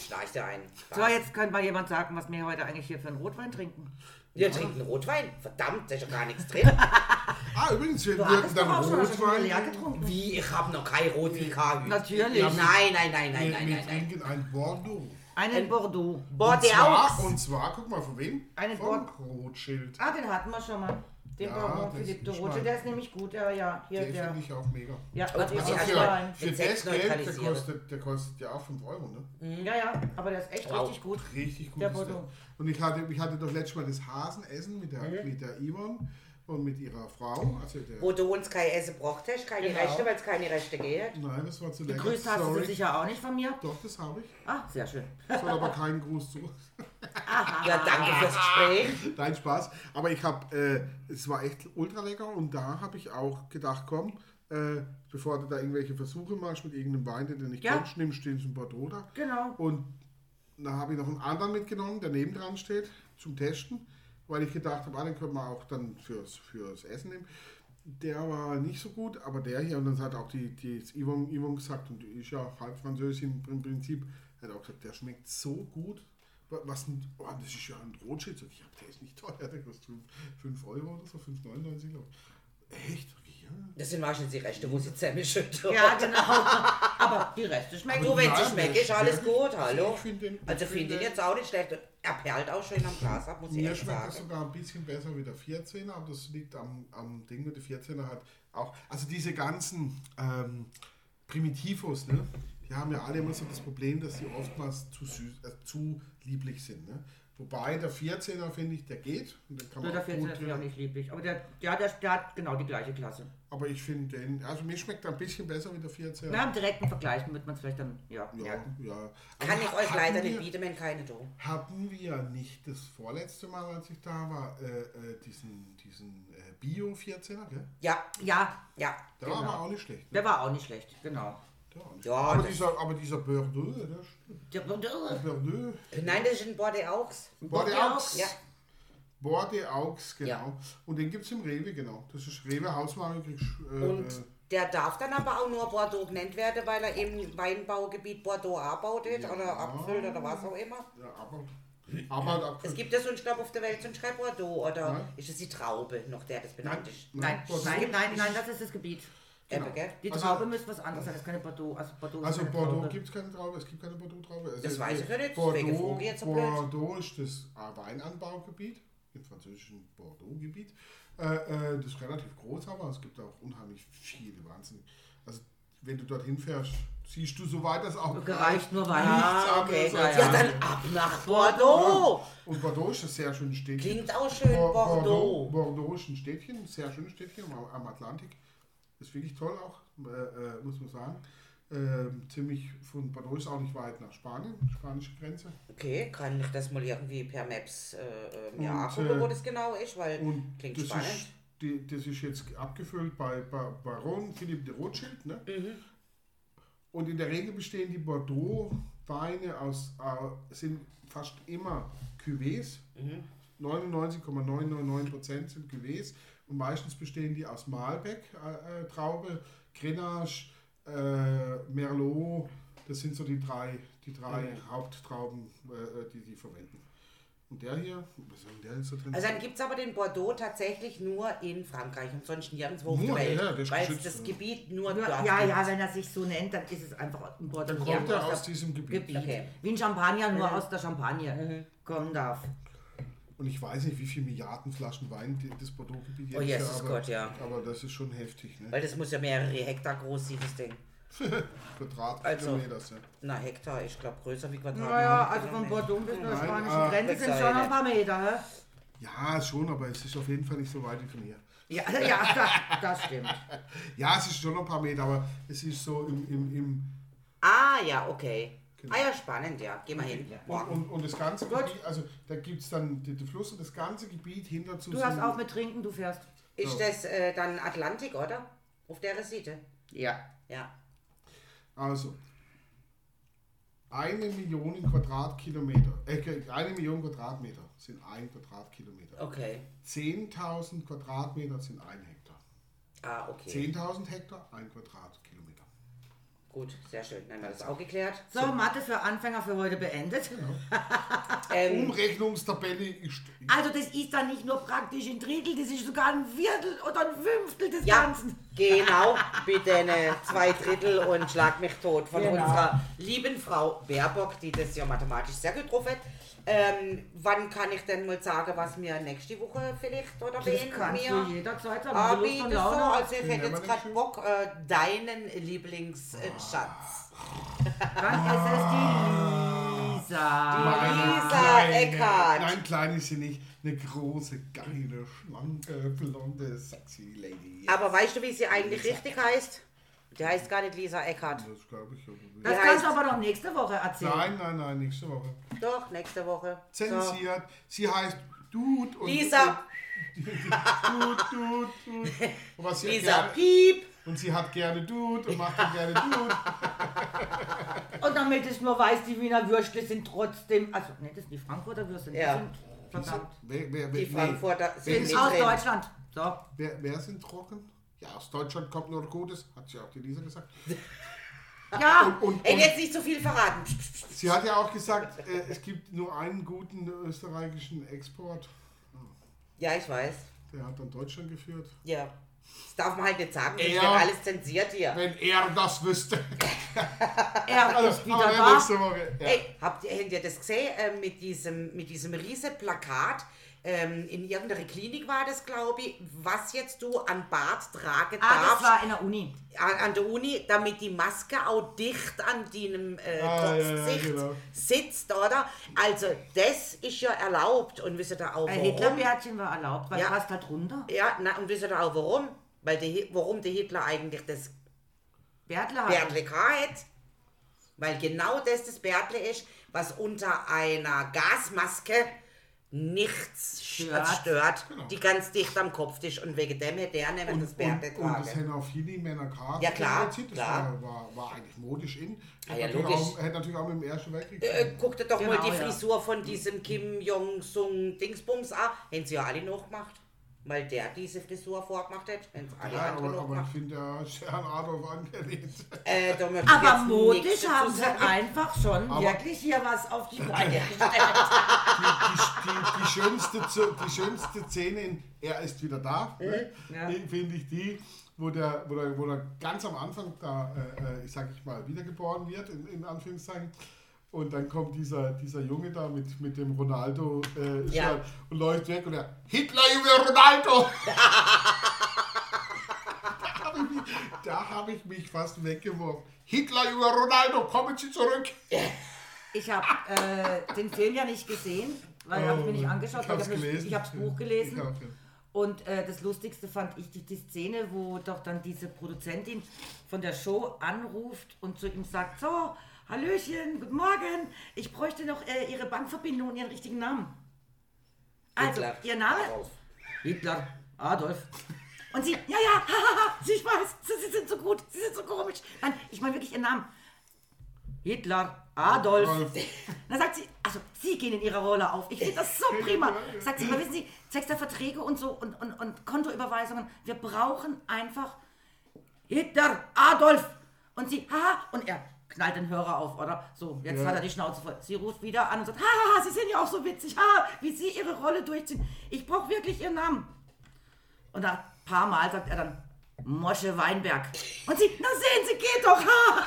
Speaker 1: Schnarch dir ein.
Speaker 2: So, jetzt kann mal jemand sagen, was wir heute eigentlich hier für einen Rotwein trinken.
Speaker 1: Wir trinken Rotwein. Verdammt, da ist ja gar nichts drin.
Speaker 3: ah, übrigens, wir würden
Speaker 2: Hattest du
Speaker 3: dann
Speaker 2: auch schon, hast du schon
Speaker 3: Rotwein.
Speaker 2: leer getrunken?
Speaker 1: Wie? Ich habe noch kein Rotwein gehabt.
Speaker 2: Natürlich.
Speaker 1: Nein, nein, nein, nein,
Speaker 3: Wir,
Speaker 1: nein,
Speaker 3: wir
Speaker 1: nein, nein.
Speaker 3: trinken ein Bordeaux.
Speaker 2: Einen Bordeaux.
Speaker 3: Und zwar,
Speaker 1: Bordeaux.
Speaker 3: und zwar, guck mal, von wem?
Speaker 2: Einen
Speaker 3: Von Rothschild.
Speaker 2: Ah, den hatten wir schon mal. Den
Speaker 3: Ja,
Speaker 2: Bordeaux
Speaker 3: das
Speaker 2: Philippe
Speaker 3: ist
Speaker 2: de Rothschild,
Speaker 3: spannend.
Speaker 2: der ist nämlich gut. Ja, ja, hier
Speaker 3: Den
Speaker 2: der.
Speaker 3: finde ich auch mega.
Speaker 2: Ja,
Speaker 1: Und
Speaker 2: die
Speaker 1: was
Speaker 2: ist
Speaker 1: ich
Speaker 2: echt
Speaker 1: also-
Speaker 2: fein.
Speaker 3: für, für
Speaker 1: Mit Sekt
Speaker 3: das Geld, der
Speaker 1: neutralisiere.
Speaker 3: kostet, der kostet ja auch 5 Euro, ne?
Speaker 2: ja, ja, aber der ist echt
Speaker 1: Wow.
Speaker 2: richtig gut.
Speaker 3: Richtig gut
Speaker 2: Der
Speaker 3: ist
Speaker 2: Bordeaux.
Speaker 3: der. Und ich hatte, ich hatte doch letztes Mal das Hasenessen mit der, mit der Yvonne und mit ihrer Frau. Also der,
Speaker 2: Oh.
Speaker 1: Wo du uns keine Essen braucht hast, keine
Speaker 2: Genau.
Speaker 1: Rechte, weil es keine Rechte geht.
Speaker 3: nein, das war zu lecker.
Speaker 2: Grüßt hast du
Speaker 3: Sorry.
Speaker 2: sie sicher auch nicht von mir.
Speaker 3: Doch, das habe ich.
Speaker 2: Ah, sehr schön.
Speaker 3: Soll aber keinen Gruß zu.
Speaker 1: Ja, danke fürs Gespräch.
Speaker 3: Nein, Spaß. Aber ich habe, äh, es war echt ultra lecker und da habe ich auch gedacht, komm, äh, bevor du da irgendwelche Versuche machst mit irgendeinem Wein, den du nicht
Speaker 2: Ja.
Speaker 3: kennst, nimmst du den Bordeaux da.
Speaker 2: Genau.
Speaker 3: Und da habe ich noch einen anderen mitgenommen, der neben dran steht, zum Testen, weil ich gedacht habe, ah, den können wir auch dann fürs, fürs Essen nehmen. Der war nicht so gut, aber der hier, und dann hat auch die, die das Yvonne, Yvonne gesagt, und die ist ja halb Französin im Prinzip, hat auch gesagt, der schmeckt so gut. Wa- Was ein, oh, das ist ja ein Rothschild. Sag Ich hab, der ist nicht teuer, der kostet 5 Euro oder so, 5,99 glaube ich. Echt? Sag ich, Ja.
Speaker 1: Das sind wahrscheinlich die Rechte, wo sie zusammenschüttet.
Speaker 2: Ja, genau. Aber die Reste schmecken.
Speaker 1: Du, wenn
Speaker 3: Nein,
Speaker 1: es schmeckt, ist
Speaker 3: der-
Speaker 1: alles
Speaker 3: der-
Speaker 1: gut, hallo.
Speaker 3: Ich find den-
Speaker 1: Also
Speaker 3: ich
Speaker 1: finde
Speaker 3: find
Speaker 1: ihn
Speaker 3: den-
Speaker 1: jetzt auch nicht schlecht. Und er perlt auch schön am Glas ab, muss ich
Speaker 3: Mir
Speaker 1: ehrlich
Speaker 3: schmeckt das
Speaker 1: sagen.
Speaker 3: sogar ein bisschen besser wie der 14er, aber das liegt am, am Ding mit der 14er hat auch. Also diese ganzen ähm, Primitivos, ne? Die haben ja alle immer so das Problem, dass sie oftmals zu süß, äh, zu lieblich sind. Ne? Wobei der 14er, finde ich, der geht. Und den kann man
Speaker 2: Nur der
Speaker 3: auch
Speaker 2: fehlt
Speaker 3: gut,
Speaker 2: natürlich
Speaker 3: äh,
Speaker 2: auch nicht lieblich. Aber der, ja, der, der hat genau die gleiche Klasse.
Speaker 3: Aber ich finde den, also mir schmeckt er ein bisschen besser wie der 14er.
Speaker 2: Na, im direkten Vergleich wird man es vielleicht dann ja,
Speaker 3: ja,
Speaker 2: merken.
Speaker 3: ja.
Speaker 1: Kann
Speaker 3: Aber
Speaker 1: ich
Speaker 3: ha-
Speaker 1: euch
Speaker 3: hatten
Speaker 1: leider
Speaker 3: wir-
Speaker 1: nicht bieten, wenn keine du.
Speaker 3: Hatten wir nicht das vorletzte Mal, als ich da war, äh, äh, diesen, diesen äh, Bio 14er, gell?
Speaker 1: Ja,
Speaker 2: Ja,
Speaker 1: ja.
Speaker 3: Der war aber auch nicht schlecht. Ne?
Speaker 2: der war auch nicht schlecht. Genau.
Speaker 3: Der war nicht
Speaker 1: Ja,
Speaker 3: schlecht. aber,
Speaker 1: das-
Speaker 3: dieser, aber dieser Bordeaux, der stimmt.
Speaker 2: Der Bordeaux.
Speaker 3: Bordeaux.
Speaker 1: Nein, das ist ein Bordeaux.
Speaker 3: Bordeaux.
Speaker 1: Ja.
Speaker 3: Bordeaux, genau.
Speaker 1: Ja.
Speaker 3: Und den gibt es im Rewe, genau. Das ist Rewe Hausmarke. kriegst, Äh,
Speaker 1: Und
Speaker 3: äh,
Speaker 1: der darf dann aber auch nur Bordeaux genannt werden, weil er im Weinbaugebiet Bordeaux arbeitet oder abfüllt oder was auch immer.
Speaker 3: ja, aber, aber
Speaker 1: Es gibt ja so einen Stopp auf der Welt, so ein Schreib Bordeaux oder
Speaker 3: Nein.
Speaker 1: ist es die Traube noch, der das benannt ist?
Speaker 2: Nein,
Speaker 3: Bordeaux.
Speaker 2: nein, nein, nein, das ist das Gebiet.
Speaker 1: Ebbe, gell?
Speaker 2: Die
Speaker 3: Also-
Speaker 2: Traube müsste was anderes sein, das ist keine Bordeaux. Also Bordeaux, ist
Speaker 3: Also
Speaker 2: keine
Speaker 3: Bordeaux
Speaker 2: Traube.
Speaker 3: gibt es keine Traube, es gibt keine Bordeaux-Traube. Also
Speaker 1: Das weiß ich ja nicht, deswegen
Speaker 3: Bordeaux,
Speaker 1: frage ich jetzt so blöd.
Speaker 3: Bordeaux ist das äh, Weinanbaugebiet, im französischen Bordeaux-Gebiet. Äh, äh, das ist relativ groß, aber es gibt auch unheimlich viele Wahnsinn. Also wenn du dorthin fährst, siehst du so weit das auch
Speaker 2: Gereicht nur Wein.
Speaker 3: Nichts
Speaker 1: Ah, okay.
Speaker 3: anderes
Speaker 1: Ja,
Speaker 3: als Oh!
Speaker 1: dann ab nach Bordeaux.
Speaker 3: Und Bordeaux ist ein sehr schönes Städtchen.
Speaker 1: Klingt auch schön,
Speaker 3: Bo-
Speaker 1: Bordeaux.
Speaker 3: Bordeaux ist ein Städtchen, ein sehr schönes Städtchen am, am Atlantik. Ist wirklich toll auch, äh, äh, muss man sagen. Ähm, ziemlich von Bordeaux ist auch nicht weit nach Spanien, spanische Grenze.
Speaker 1: Okay, kann ich das mal irgendwie per Maps äh, äh, mir
Speaker 3: Und,
Speaker 1: angucken, wo
Speaker 3: äh,
Speaker 1: das genau ist, weil
Speaker 3: Und
Speaker 1: klingt
Speaker 3: das
Speaker 1: spannend.
Speaker 3: Ist, die, das ist jetzt abgefüllt bei Ba- Baron Philipp de Rothschild. Ne?
Speaker 1: Mhm.
Speaker 3: Und in der Regel bestehen die Bordeaux-Weine aus, äh, sind fast immer Cuvées.
Speaker 1: Mhm.
Speaker 3: 99,999 Prozent sind Cuvées. Und meistens bestehen die aus Malbec, äh, äh, Traube, Grenache, äh, Merlot. Das sind so die drei, die drei
Speaker 1: Mhm.
Speaker 3: Haupttrauben, äh, äh, die die verwenden. Und der hier, was ist denn der jetzt so drin?
Speaker 1: also dann gibt es aber den Bordeaux tatsächlich nur in Frankreich und sonst nirgendwo auf
Speaker 3: Nur,
Speaker 1: der Welt,
Speaker 3: ja, der ist
Speaker 1: weil es
Speaker 3: geschützt,
Speaker 1: das
Speaker 3: ja.
Speaker 1: Gebiet nur
Speaker 2: Nur-
Speaker 1: dort
Speaker 2: Ja,
Speaker 1: gibt.
Speaker 2: ja, wenn er sich so nennt, dann ist es einfach ein Bordeaux.
Speaker 3: Dann kommt er
Speaker 2: der
Speaker 3: aus diesem Gebiet.
Speaker 2: Gebiet. Äh.
Speaker 1: Okay.
Speaker 2: Wie ein Champagner, nur aus der Champagne kommen darf.
Speaker 3: Und ich weiß nicht, wie viele Milliarden Flaschen Wein die- das Bordeaux-Gebiet
Speaker 1: Oh,
Speaker 3: jetzt
Speaker 1: Jesus
Speaker 3: aber,
Speaker 1: Gott, ja.
Speaker 3: Aber das ist schon heftig, ne?
Speaker 1: Weil das muss ja mehrere Hektar groß sein, das Ding.
Speaker 3: Quadratkilometer, also, ja.
Speaker 1: Na, Hektar, ich glaube größer wie Quadratmeter.
Speaker 2: Naja, also von Bordeaux bis zur
Speaker 3: Nein,
Speaker 2: spanischen
Speaker 3: ah,
Speaker 2: Grenze sind
Speaker 1: Wechsel,
Speaker 2: schon noch
Speaker 1: ja.
Speaker 2: ein paar Meter. hä?
Speaker 3: ja, schon, aber es ist auf jeden Fall nicht so weit wie von hier.
Speaker 2: Ja, ja, das, das stimmt.
Speaker 3: Ja, es ist schon noch ein paar Meter, aber es ist so im. im, im
Speaker 1: Ah, ja, okay.
Speaker 3: Genau.
Speaker 1: Ah ja, spannend, ja. Geh mal hin.
Speaker 3: und,
Speaker 1: Morgen.
Speaker 3: und, und das ganze Gebiet, also da gibt es dann den den Fluss und das ganze Gebiet hinter zu.
Speaker 2: Du
Speaker 3: so-
Speaker 2: hast auf mit Trinken, du fährst.
Speaker 1: Ist das äh, dann Atlantik, oder? Auf der Seite.
Speaker 2: Ja.
Speaker 1: Ja.
Speaker 3: Also, eine Million Quadratkilometer, äh, eine Million Quadratmeter sind ein Quadratkilometer.
Speaker 1: Okay.
Speaker 3: 10.000 Quadratmeter sind ein Hektar.
Speaker 1: Ah, okay.
Speaker 3: 10.000 Hektar, ein Quadratkilometer.
Speaker 1: Gut, sehr schön. Dann haben wir das auch geklärt.
Speaker 2: So, Mathe für Anfänger für heute beendet.
Speaker 1: Ähm,
Speaker 3: Umrechnungstabelle ist.
Speaker 2: Also das ist dann nicht nur praktisch ein Drittel, das ist sogar ein Viertel oder ein Fünftel des
Speaker 1: ja,
Speaker 2: Ganzen.
Speaker 1: genau, bitte eine zwei Drittel und schlag mich tot von
Speaker 2: Genau.
Speaker 1: unserer lieben Frau Baerbock, die das ja mathematisch sehr gut drauf hat. Ähm, wann kann ich denn mal sagen, was mir nächste Woche vielleicht oder wen
Speaker 2: Das kannst
Speaker 1: mir
Speaker 2: du jederzeit haben. wenn du Lust
Speaker 1: anbieten
Speaker 2: und
Speaker 1: so,
Speaker 2: Laune hast.
Speaker 1: also ich hätte
Speaker 3: Ja,
Speaker 1: jetzt
Speaker 3: aber
Speaker 1: gerade
Speaker 3: nicht
Speaker 1: Bock, äh, deinen Lieblingsschatz.
Speaker 2: Dann ist es die Lisa.
Speaker 1: Ah. Lisa Eckhardt.
Speaker 3: Nein, klein ist sie nicht. Eine große, geile, schlanke, blonde, sexy Lady.
Speaker 2: Ah,
Speaker 1: Aber weißt du, wie sie eigentlich richtig heißt? Die heißt gar nicht Lisa Eckhardt.
Speaker 3: Das glaube ich. aber-
Speaker 2: Das
Speaker 1: Ja,
Speaker 2: kannst du
Speaker 1: heißt-
Speaker 2: aber noch nächste Woche erzählen.
Speaker 3: Nein, nein, nein, nächste Woche.
Speaker 1: Doch, nächste Woche. So.
Speaker 3: Zensiert. Sie heißt Dude und.
Speaker 1: Lisa,
Speaker 3: Dude, Dude, Dude. Und, was sie hat
Speaker 1: Lisa,
Speaker 3: gerne,
Speaker 1: piep.
Speaker 3: und sie hat gerne Dude und macht auch gerne Dude.
Speaker 2: Und damit ich nur weiß, die Wiener Würstle sind trotzdem, also ne, das sind die Frankfurter Würste,
Speaker 1: Ja.
Speaker 2: die sind verdammt.
Speaker 3: Wer, wer, wer,
Speaker 1: Die Frankfurter
Speaker 3: Wer
Speaker 1: sind
Speaker 3: ist-
Speaker 1: nicht
Speaker 2: Aus
Speaker 1: drin.
Speaker 2: Deutschland. So.
Speaker 3: Wer, wer sind trocken? Ja, aus Deutschland kommt nur Gutes, hat sie auch die Lisa gesagt.
Speaker 2: Ja,
Speaker 3: Und, und,
Speaker 1: Ey, jetzt nicht so viel verraten. Psst, psst, psst.
Speaker 3: sie hat ja auch gesagt, äh, es gibt nur einen guten österreichischen Export.
Speaker 1: Ja, ich weiß.
Speaker 3: Der hat dann Deutschland geführt.
Speaker 1: Ja. Das darf man halt nicht sagen, das
Speaker 3: Ja.
Speaker 1: wird alles zensiert hier.
Speaker 3: Wenn er das wüsste.
Speaker 2: er
Speaker 3: Also,
Speaker 2: ist wieder
Speaker 3: aber
Speaker 2: da.
Speaker 3: nächste Woche. Ja.
Speaker 1: Ey, habt ihr, habt ihr das gesehen äh, mit diesem, mit diesem riesen Plakat? Ähm, in irgendeiner Klinik war das, glaube ich, was jetzt du an Bart tragen
Speaker 2: Ah, das
Speaker 1: darfst
Speaker 2: war in der Uni.
Speaker 1: an, an der Uni, damit die Maske auch dicht an deinem äh,
Speaker 3: Ah, ja, ja,
Speaker 1: Kopfgesicht
Speaker 3: genau.
Speaker 1: sitzt, oder? Also das ist ja erlaubt und wisst ihr da auch
Speaker 2: Ein
Speaker 1: warum?
Speaker 2: Hitlerbärtchen Äh, war erlaubt, weil
Speaker 1: Ja.
Speaker 2: ja. passt halt runter.
Speaker 1: Ja, na, und wisst ihr da auch warum? Weil die, Hi- warum der Hitler eigentlich das
Speaker 2: Bärtler hat.
Speaker 1: Bärtle hat. Weil genau das das Bärtle ist, was unter einer Gasmaske nichts stört,
Speaker 2: Stört.
Speaker 1: stört die ganz dicht am Kopf ist. Und wegen dem hätte er nämlich das
Speaker 3: Genau. Und, und,
Speaker 1: Bärtle
Speaker 3: und das
Speaker 1: tragen.
Speaker 3: hätten auch viele Männer gehabt.
Speaker 1: Ja, klar,
Speaker 3: Im Prinzip, Das
Speaker 1: klar.
Speaker 3: War, war, war eigentlich modisch in.
Speaker 1: Ah,
Speaker 3: Hätte,
Speaker 1: ja,
Speaker 3: natürlich
Speaker 1: logisch.
Speaker 3: auch, hätte natürlich auch mit dem Ersten Weltkrieg.
Speaker 1: Äh, guck dir doch mal
Speaker 2: Genau,
Speaker 1: die
Speaker 2: ja.
Speaker 1: Frisur von diesem Kim Jong-sung Dingsbums an. Haben sie ja alle noch gemacht. Weil der diese Frisur vorgemacht hat. Haben sie alle
Speaker 3: ja,
Speaker 1: anderen
Speaker 3: aber,
Speaker 1: noch
Speaker 3: aber
Speaker 1: gemacht.
Speaker 3: ich finde ja Stern Adolf angelehnt.
Speaker 1: Äh, da möchte ich
Speaker 2: Aber
Speaker 1: jetzt nichts
Speaker 2: modisch
Speaker 1: dazu
Speaker 2: haben sie
Speaker 1: sagen.
Speaker 2: einfach schon
Speaker 3: Aber-
Speaker 2: wirklich hier was auf die Beine gestellt.
Speaker 3: die, die, die, die, schönste, Zu- die schönste Szene in Er ist wieder da, ne? Die finde ich die, wo der, wo, der, wo der ganz am Anfang da, äh, äh, ich sag ich mal, wiedergeboren wird, in, in Anführungszeichen. Und dann kommt dieser, dieser Junge da mit, mit dem Ronaldo äh,
Speaker 1: Ja.
Speaker 3: Schal und läuft weg und er, Hitler, Junge, Ronaldo! da habe ich, mich- da hab ich mich fast weggeworfen. Hitler, Junge, Ronaldo, kommen Sie zurück!
Speaker 2: Ich habe äh, den Film ja nicht gesehen, weil hab ich mir nicht angeschaut, weil ich habe
Speaker 3: Oh, Ähm, gelesen.
Speaker 2: ich hab's Buch gelesen.
Speaker 3: Ich auch, ja.
Speaker 2: Und äh, das Lustigste fand ich die, die Szene, wo doch dann diese Produzentin von der Show anruft und zu ihm sagt, so, Hallöchen, guten Morgen, ich bräuchte noch äh, Ihre Bankverbindung und Ihren richtigen Namen. Also,
Speaker 1: Hitler.
Speaker 2: Ihr Name? Hitler, Adolf. Und sie, ja, ja, hahaha, ich weiß, sie, sie sind so gut, sie sind so komisch. Nein, ich meine wirklich Ihren Namen. Hitler, Adolf.
Speaker 3: Adolf.
Speaker 2: Dann sagt sie, also Sie gehen in Ihrer Rolle auf. Ich finde das so prima. Sagt sie, aber wissen Sie, zwecks der Verträge und so und, und, und Kontoüberweisungen, wir brauchen einfach Hitler, Adolf. Und sie, haha, und er knallt den Hörer auf, oder? So, jetzt
Speaker 3: Ja.
Speaker 2: hat er die Schnauze voll. Sie ruft wieder an und sagt, haha, Sie sind ja auch so witzig, haha, wie Sie Ihre Rolle durchziehen. Ich brauche wirklich Ihren Namen. Und nach ein paar Mal sagt er dann, Mosche Weinberg. Und sie, na sehen Sie, geht doch, ha!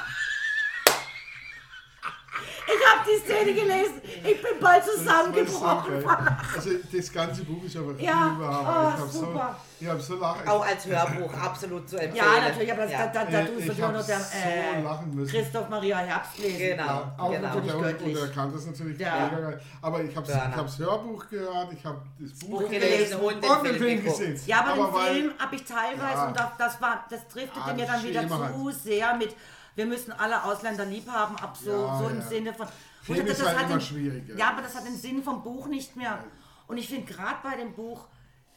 Speaker 2: Ich habe die Szene gelesen. Ich bin bald zusammengebrochen.
Speaker 3: Das war so geil. Also das ganze Buch ist aber
Speaker 2: Ja,
Speaker 3: überhaupt.
Speaker 2: oh,
Speaker 3: ich habe so,
Speaker 2: super.
Speaker 3: ich hab so lachen.
Speaker 1: Auch als Hörbuch absolut zu empfehlen.
Speaker 2: Ja, natürlich, aber
Speaker 1: Ja.
Speaker 2: da, da, da
Speaker 3: Äh,
Speaker 2: tust
Speaker 3: ich
Speaker 2: du nur
Speaker 3: hab
Speaker 2: noch der
Speaker 3: so
Speaker 2: äh,
Speaker 3: lachen müssen.
Speaker 2: Christoph Maria Herbst lesen.
Speaker 1: Genau, genau.
Speaker 3: auch und,
Speaker 2: natürlich
Speaker 3: der, und
Speaker 2: göttlich.
Speaker 3: er kannte es natürlich.
Speaker 2: Ja.
Speaker 3: mega geil. Aber ich habe ich
Speaker 1: Burner.
Speaker 3: hab's Hörbuch gehört, ich habe das Buch,
Speaker 1: Buch gelesen
Speaker 3: gelesen
Speaker 1: und den Film geguckt.
Speaker 3: gesehen.
Speaker 2: Ja, aber,
Speaker 3: weil-
Speaker 2: den Film habe ich teilweise
Speaker 3: Ja.
Speaker 2: und das, das war, das driftete
Speaker 3: Ja,
Speaker 2: mir
Speaker 3: das
Speaker 2: dann wieder
Speaker 3: Schema
Speaker 2: zu sehr mit. Wir müssen alle Ausländer lieb haben, ab so,
Speaker 3: Ja,
Speaker 2: so im
Speaker 3: ja.
Speaker 2: Sinne von.
Speaker 3: Film
Speaker 2: Und
Speaker 3: ist halt immer
Speaker 2: den,
Speaker 3: schwierig, ja.
Speaker 2: Ja, aber das hat den Sinn vom Buch nicht mehr. Und ich finde gerade bei dem Buch,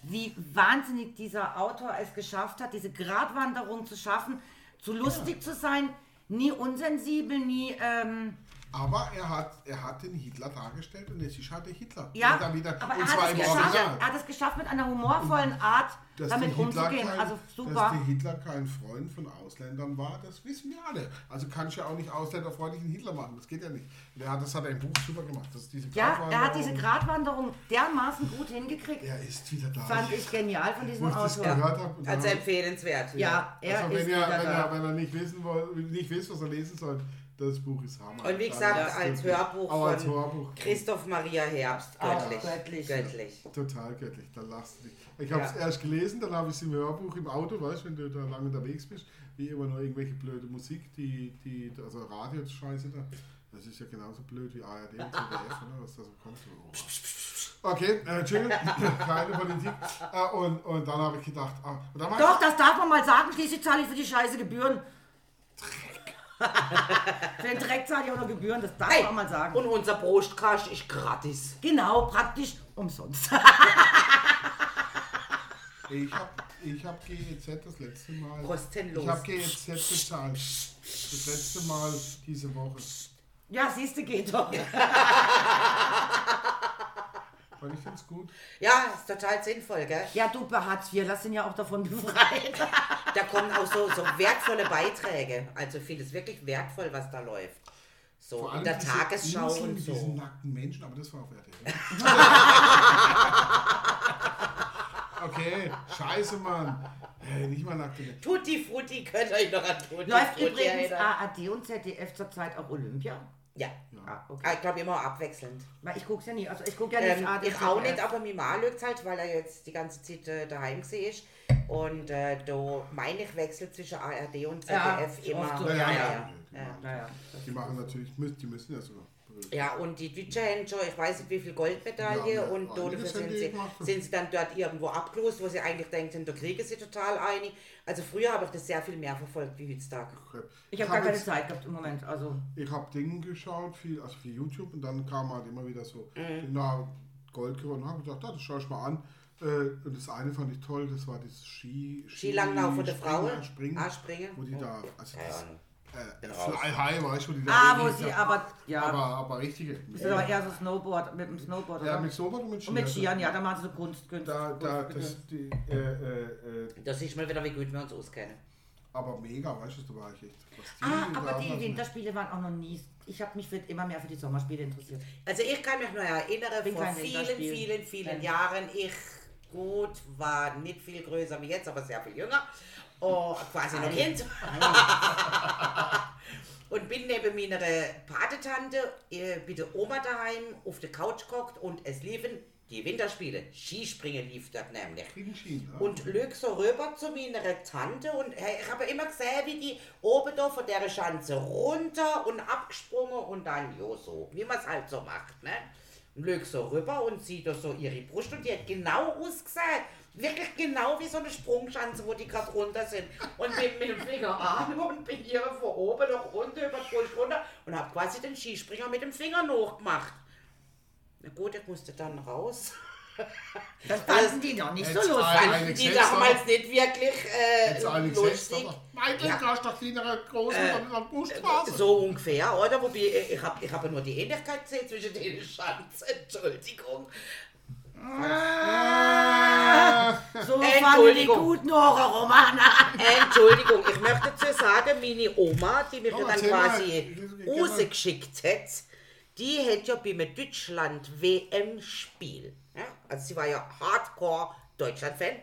Speaker 2: wie wahnsinnig dieser Autor es geschafft hat, diese Gratwanderung zu schaffen, zu lustig zu sein, nie unsensibel, nie. Ähm,
Speaker 3: Aber er hat, er hat den Hitler dargestellt und es ist halt der Hitler.
Speaker 4: Ja,
Speaker 3: und dann wieder,
Speaker 4: aber
Speaker 3: und
Speaker 4: er
Speaker 3: zwar
Speaker 4: hat,
Speaker 3: im
Speaker 4: es geschafft,
Speaker 3: Original.
Speaker 4: er hat es geschafft, mit einer humorvollen Art
Speaker 3: Dass der
Speaker 4: damit
Speaker 3: Hitler
Speaker 4: umzugehen.
Speaker 3: kein-
Speaker 4: Also
Speaker 3: Dass der
Speaker 4: super.
Speaker 3: Hitler kein Freund von Ausländern war, das wissen wir alle. Also kannst du ja auch nicht ausländerfreundlichen Hitler machen, das geht ja nicht. Und er hat, das hat er im Buch super gemacht. Das ist diese
Speaker 4: Ja, er hat
Speaker 3: Gratwanderung.
Speaker 4: diese Gratwanderung dermaßen gut hingekriegt.
Speaker 3: Er ist wieder da.
Speaker 4: Fand ich genial von
Speaker 3: Wo
Speaker 4: diesem
Speaker 3: ich das
Speaker 4: Autor.
Speaker 3: gehört habe. und
Speaker 1: Also
Speaker 3: dann-
Speaker 1: empfehlenswert.
Speaker 4: Mhm. Ja, er
Speaker 3: also
Speaker 4: ist
Speaker 3: wenn, ihr,
Speaker 4: wieder
Speaker 3: wenn,
Speaker 4: da.
Speaker 3: er, wenn er nicht wissen wollt, nicht wisst, was er lesen soll, das Buch ist Hammer.
Speaker 1: Und wie
Speaker 3: Dann
Speaker 1: gesagt,
Speaker 3: ist
Speaker 1: als
Speaker 3: wirklich-
Speaker 1: Hörbuch
Speaker 3: aber als
Speaker 1: von
Speaker 3: Hörbuch,
Speaker 1: Christoph Maria Herbst. Göttlich.
Speaker 4: göttlich.
Speaker 1: göttlich.
Speaker 3: Total göttlich, da lachst du dich. Ich habe es
Speaker 1: Ja.
Speaker 3: erst gelesen, dann habe ich es im Hörbuch im Auto, weißt du, wenn du da lange unterwegs bist, wie immer noch irgendwelche blöde Musik, die, die also Radio-Scheiße da. Das ist ja genauso blöd wie ARD und ZDF, oder? was da so kommt. So, oh. Okay, äh, Entschuldigung, keine Politik. Äh, und, und dann habe ich gedacht, ah, und dann war
Speaker 4: Doch, das darf man mal sagen. Schließlich zahle ich für die Scheiße Gebühren. für den Dreck zahle ich auch noch Gebühren. Das darf man mal sagen.
Speaker 1: Und unser Brustkasch ist gratis.
Speaker 4: Genau, praktisch umsonst.
Speaker 3: Ich habe ich hab GEZ das letzte Mal.
Speaker 1: Kostenlos.
Speaker 3: Ich habe GEZ bezahlt. Das letzte Mal diese Woche.
Speaker 4: ja, siehst du, geht doch.
Speaker 3: Fand ich ganz gut.
Speaker 1: Ja, ist total sinnvoll, gell?
Speaker 4: Ja, du bei Hartz IV, lass ihn ja auch davon befreit.
Speaker 1: Da kommen auch so, so wertvolle Beiträge. Also vieles wirklich wertvoll, was da läuft. So in der
Speaker 3: diese
Speaker 1: Tagesschau
Speaker 3: Insel
Speaker 1: und
Speaker 3: mit diesen
Speaker 1: so.
Speaker 3: nackten Menschen, aber das war ne? auf RTL. okay, scheiße, Mann. Hey, nicht mal nackte Menschen.
Speaker 1: Tutti Frutti könnt ihr euch noch an Tutti
Speaker 4: Läuft
Speaker 1: Frutti
Speaker 4: übrigens
Speaker 1: erinnern.
Speaker 4: ARD und ZDF zurzeit auch Olympia.
Speaker 1: Ja.
Speaker 4: Ah, okay.
Speaker 1: Ah, Ich glaube immer abwechselnd.
Speaker 4: Weil ich guck's ja nie. Also ich guck ja nicht
Speaker 1: Ah. Ähm,
Speaker 4: ARD.
Speaker 1: ich auch nicht,
Speaker 4: ZDF.
Speaker 1: aber mir mal lügt halt, weil er jetzt die ganze Zeit äh, daheim gesehen ist. Und äh, da meine ich wechselt zwischen ARD und
Speaker 4: Ja,
Speaker 1: ZDF
Speaker 4: ist
Speaker 1: immer.
Speaker 4: oft so.
Speaker 1: ja, ja, ja.
Speaker 3: Die,
Speaker 1: ja.
Speaker 3: machen,
Speaker 4: Naja.
Speaker 3: die machen natürlich, müssen- die müssen ja sogar.
Speaker 1: Ja, und die Vicencio, ich weiß nicht wie viel Goldmedaille
Speaker 3: Ja,
Speaker 1: und
Speaker 3: ja,
Speaker 1: dafür
Speaker 3: einiges haben
Speaker 1: sind
Speaker 3: die
Speaker 1: sie,
Speaker 3: gemacht.
Speaker 1: sind sie dann dort irgendwo abgelost, wo sie eigentlich denken, da kriegen sie total einig. Also früher habe ich das sehr viel mehr verfolgt wie heutzutage.
Speaker 4: Ich habe gar keine
Speaker 3: jetzt-
Speaker 4: Zeit gehabt im Moment. Also
Speaker 3: Ich habe Dinge geschaut, viel, also viel YouTube, und dann kam halt immer wieder so, na, Gold gewonnen, habe gedacht, ah, das schaue ich mal an. Äh, Und das eine fand ich toll, das war dieses Ski, Ski
Speaker 1: Skilanglauf von der
Speaker 3: Springer-
Speaker 1: Frauen.
Speaker 3: Springen,
Speaker 1: Ah, Springen.
Speaker 3: wo die da, also
Speaker 1: Keine
Speaker 3: das,
Speaker 1: Ahnung.
Speaker 3: äh,
Speaker 1: Bin
Speaker 3: Fly High, weißt du, wo die da
Speaker 4: Ah, wo
Speaker 3: richtig-
Speaker 4: sie aber, ja,
Speaker 3: aber, aber richtige.
Speaker 4: das ist aber eher so Snowboard, mit dem Snowboard
Speaker 3: Ja,
Speaker 4: oder?
Speaker 3: mit Snowboard und mit Ski.
Speaker 4: und mit
Speaker 3: also
Speaker 4: Skiern, ja, da machen sie so Kunst, Kunst,
Speaker 3: Da, da,
Speaker 4: Kunst-
Speaker 3: das, die, äh, äh, äh,
Speaker 1: Das ist mal wieder, wie gut wir uns auskennen.
Speaker 3: aber mega, weißt du, da war ich echt. was die
Speaker 4: Ah,
Speaker 3: da
Speaker 4: aber die
Speaker 3: hatten.
Speaker 4: Winterspiele waren auch noch nie. Ich habe mich für, immer mehr für die Sommerspiele interessiert.
Speaker 1: Also ich kann mich noch erinnern,
Speaker 4: Bin
Speaker 1: vor
Speaker 4: kein
Speaker 1: vielen,
Speaker 4: Winterspiel.
Speaker 1: vielen, vielen
Speaker 4: Nein.
Speaker 1: Jahren, ich gut war nicht viel größer wie jetzt, aber sehr viel jünger. Oh, quasi noch Kind. und bin neben meiner Patetante äh, bei der Oma daheim auf der Couch gekocht und es liefen die Winterspiele. Skispringen lief dort nämlich.
Speaker 3: Gegen Ski, ne?
Speaker 1: Und lüg so rüber zu meiner Tante und hey, ich habe immer gesehen, wie die oben da von der Schanze runter und abgesprungen und dann jo so, wie man es halt so macht, ne? Und lüg so rüber und sieht da so ihre Brust und die hat genau ausgesehen. Wirklich genau wie so eine Sprungschanze, wo die gerade runter sind. Und bin mit dem Finger an und bin hier von oben noch runter über die Brust runter und habe quasi den Skispringer mit dem Finger hochgemacht. Na gut, ich musste dann raus.
Speaker 4: Das fanden die noch nicht so
Speaker 3: Jetzt halt-
Speaker 4: lustig.
Speaker 3: ein-
Speaker 1: Fanden
Speaker 3: Einig
Speaker 1: die
Speaker 3: selbst,
Speaker 1: damals nicht wirklich
Speaker 3: Jetzt
Speaker 1: äh,
Speaker 3: einig selbst,
Speaker 1: lustig.
Speaker 3: aber. Michael,
Speaker 1: Ja.
Speaker 3: du hast doch kleinere, große, äh, dann Buschstraße.
Speaker 1: So ungefähr, oder? Wobei, äh, ich habe ich hab ja nur die Ähnlichkeit gesehen zwischen den Schanzen. Entschuldigung.
Speaker 4: So fangen die
Speaker 1: Entschuldigung.
Speaker 4: guten Horrorromane an.
Speaker 1: Äh, Entschuldigung, ich möchte dazu sagen, meine Oma, die mich
Speaker 3: Komm,
Speaker 1: ja dann
Speaker 3: erzähl mal.
Speaker 1: quasi
Speaker 3: Geh- geh mal.
Speaker 1: rausgeschickt hat, die hat ja beim Deutschland-WM-Spiel, ja? also sie war ja Hardcore-Deutschland-Fan,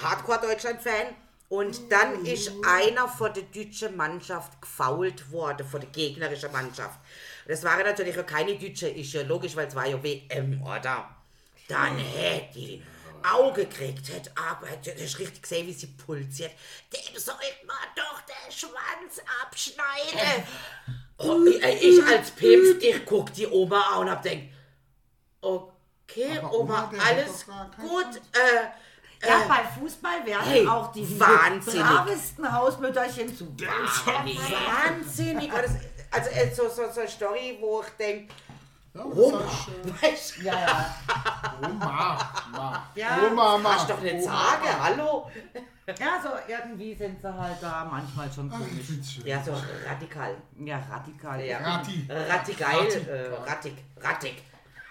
Speaker 1: Hardcore-Deutschland-Fan. Und dann ist einer von der deutschen Mannschaft gefault worden, von der gegnerischen Mannschaft. Das waren natürlich ja keine Deutsche, ist ja logisch, weil es war ja WM, oder? Dann hätte die Auge gekriegt, hätte aber, hätte hätte richtig gesehen, wie sie pulsiert. Dem sollte man doch den Schwanz abschneiden. Und ich als Pimpf, ich guck die Oma an und hab denkt, okay,
Speaker 3: Aber Oma,
Speaker 1: Oma,
Speaker 3: der hat
Speaker 1: alles
Speaker 3: doch gar keinen
Speaker 1: gut. Äh,
Speaker 4: Ja, bei Fußball werden
Speaker 1: hey,
Speaker 4: auch die
Speaker 1: wahnsinnig.
Speaker 4: bravesten Hausmütterchen zu.
Speaker 1: wahnsinnig. War das- Also äh, so, so, so eine Story, wo ich denke,
Speaker 3: Ja,
Speaker 1: Roma.
Speaker 3: das heißt, äh,
Speaker 1: Weißt du,
Speaker 2: Ja, ja.
Speaker 3: Roma. Ma.
Speaker 6: Ja,
Speaker 3: Roma, ma.
Speaker 1: hast doch eine
Speaker 2: Oh,
Speaker 1: Zage, hallo?
Speaker 2: Ja, so irgendwie sind sie halt da manchmal schon komisch.
Speaker 1: Ja, so radikal.
Speaker 2: Ja, radikal.
Speaker 1: Ja.
Speaker 3: Rati.
Speaker 1: Radikal. Äh, rattig. Rattig.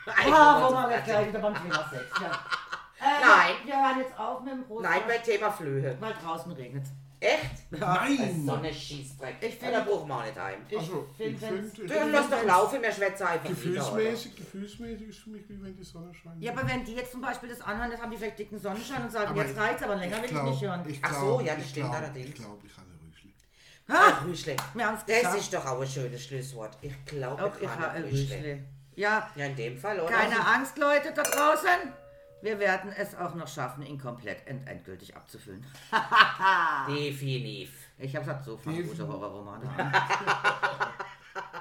Speaker 2: Ah, wo man wir gleich wieder beim Thema Sex. Ja. Äh,
Speaker 1: Nein.
Speaker 2: Wir hören jetzt auf mit dem Brot.
Speaker 1: Nein, bei Thema Flöhe.
Speaker 2: Weil draußen regnet.
Speaker 1: Echt?
Speaker 3: Nein.
Speaker 1: Sonne Schießdreck. Ich
Speaker 2: Ich
Speaker 1: finde, da brauchen wir auch nicht heim.
Speaker 3: Also, ich
Speaker 2: wenn's-
Speaker 3: finde,
Speaker 1: Du lass doch laufen, wir schwätzen einfach wieder.
Speaker 3: gefühlsmäßig, gefühlsmäßig ist für mich wie wenn die Sonne scheint.
Speaker 2: Ja, aber wenn die jetzt zum Beispiel das anhören, dann haben die vielleicht dicken Sonnenschein und sagen,
Speaker 3: Aber
Speaker 2: jetzt reicht's, aber länger will ich nicht hören.
Speaker 3: Ich
Speaker 1: Ach so,
Speaker 3: glaub,
Speaker 1: ja, das
Speaker 3: ich
Speaker 1: stimmt
Speaker 3: glaub,
Speaker 1: allerdings.
Speaker 3: Ich glaube, ich habe Rüschli.
Speaker 1: Ach, Rüschle.
Speaker 2: Wir haben's
Speaker 1: Das
Speaker 2: geschafft.
Speaker 1: ist doch auch ein schönes Schlusswort. Ich glaube,
Speaker 2: Auch
Speaker 1: ich
Speaker 2: ich
Speaker 1: kann
Speaker 2: habe
Speaker 1: Rüschle.
Speaker 2: Rüschle. Ja,
Speaker 1: Ja, in dem Fall, oder?
Speaker 2: keine Angst, Leute da draußen. Wir werden es auch noch schaffen, ihn komplett und endgültig abzufüllen.
Speaker 1: Definitiv.
Speaker 2: Ich hab's halt so von
Speaker 3: Definitiv.
Speaker 2: gute Horrorromane. an.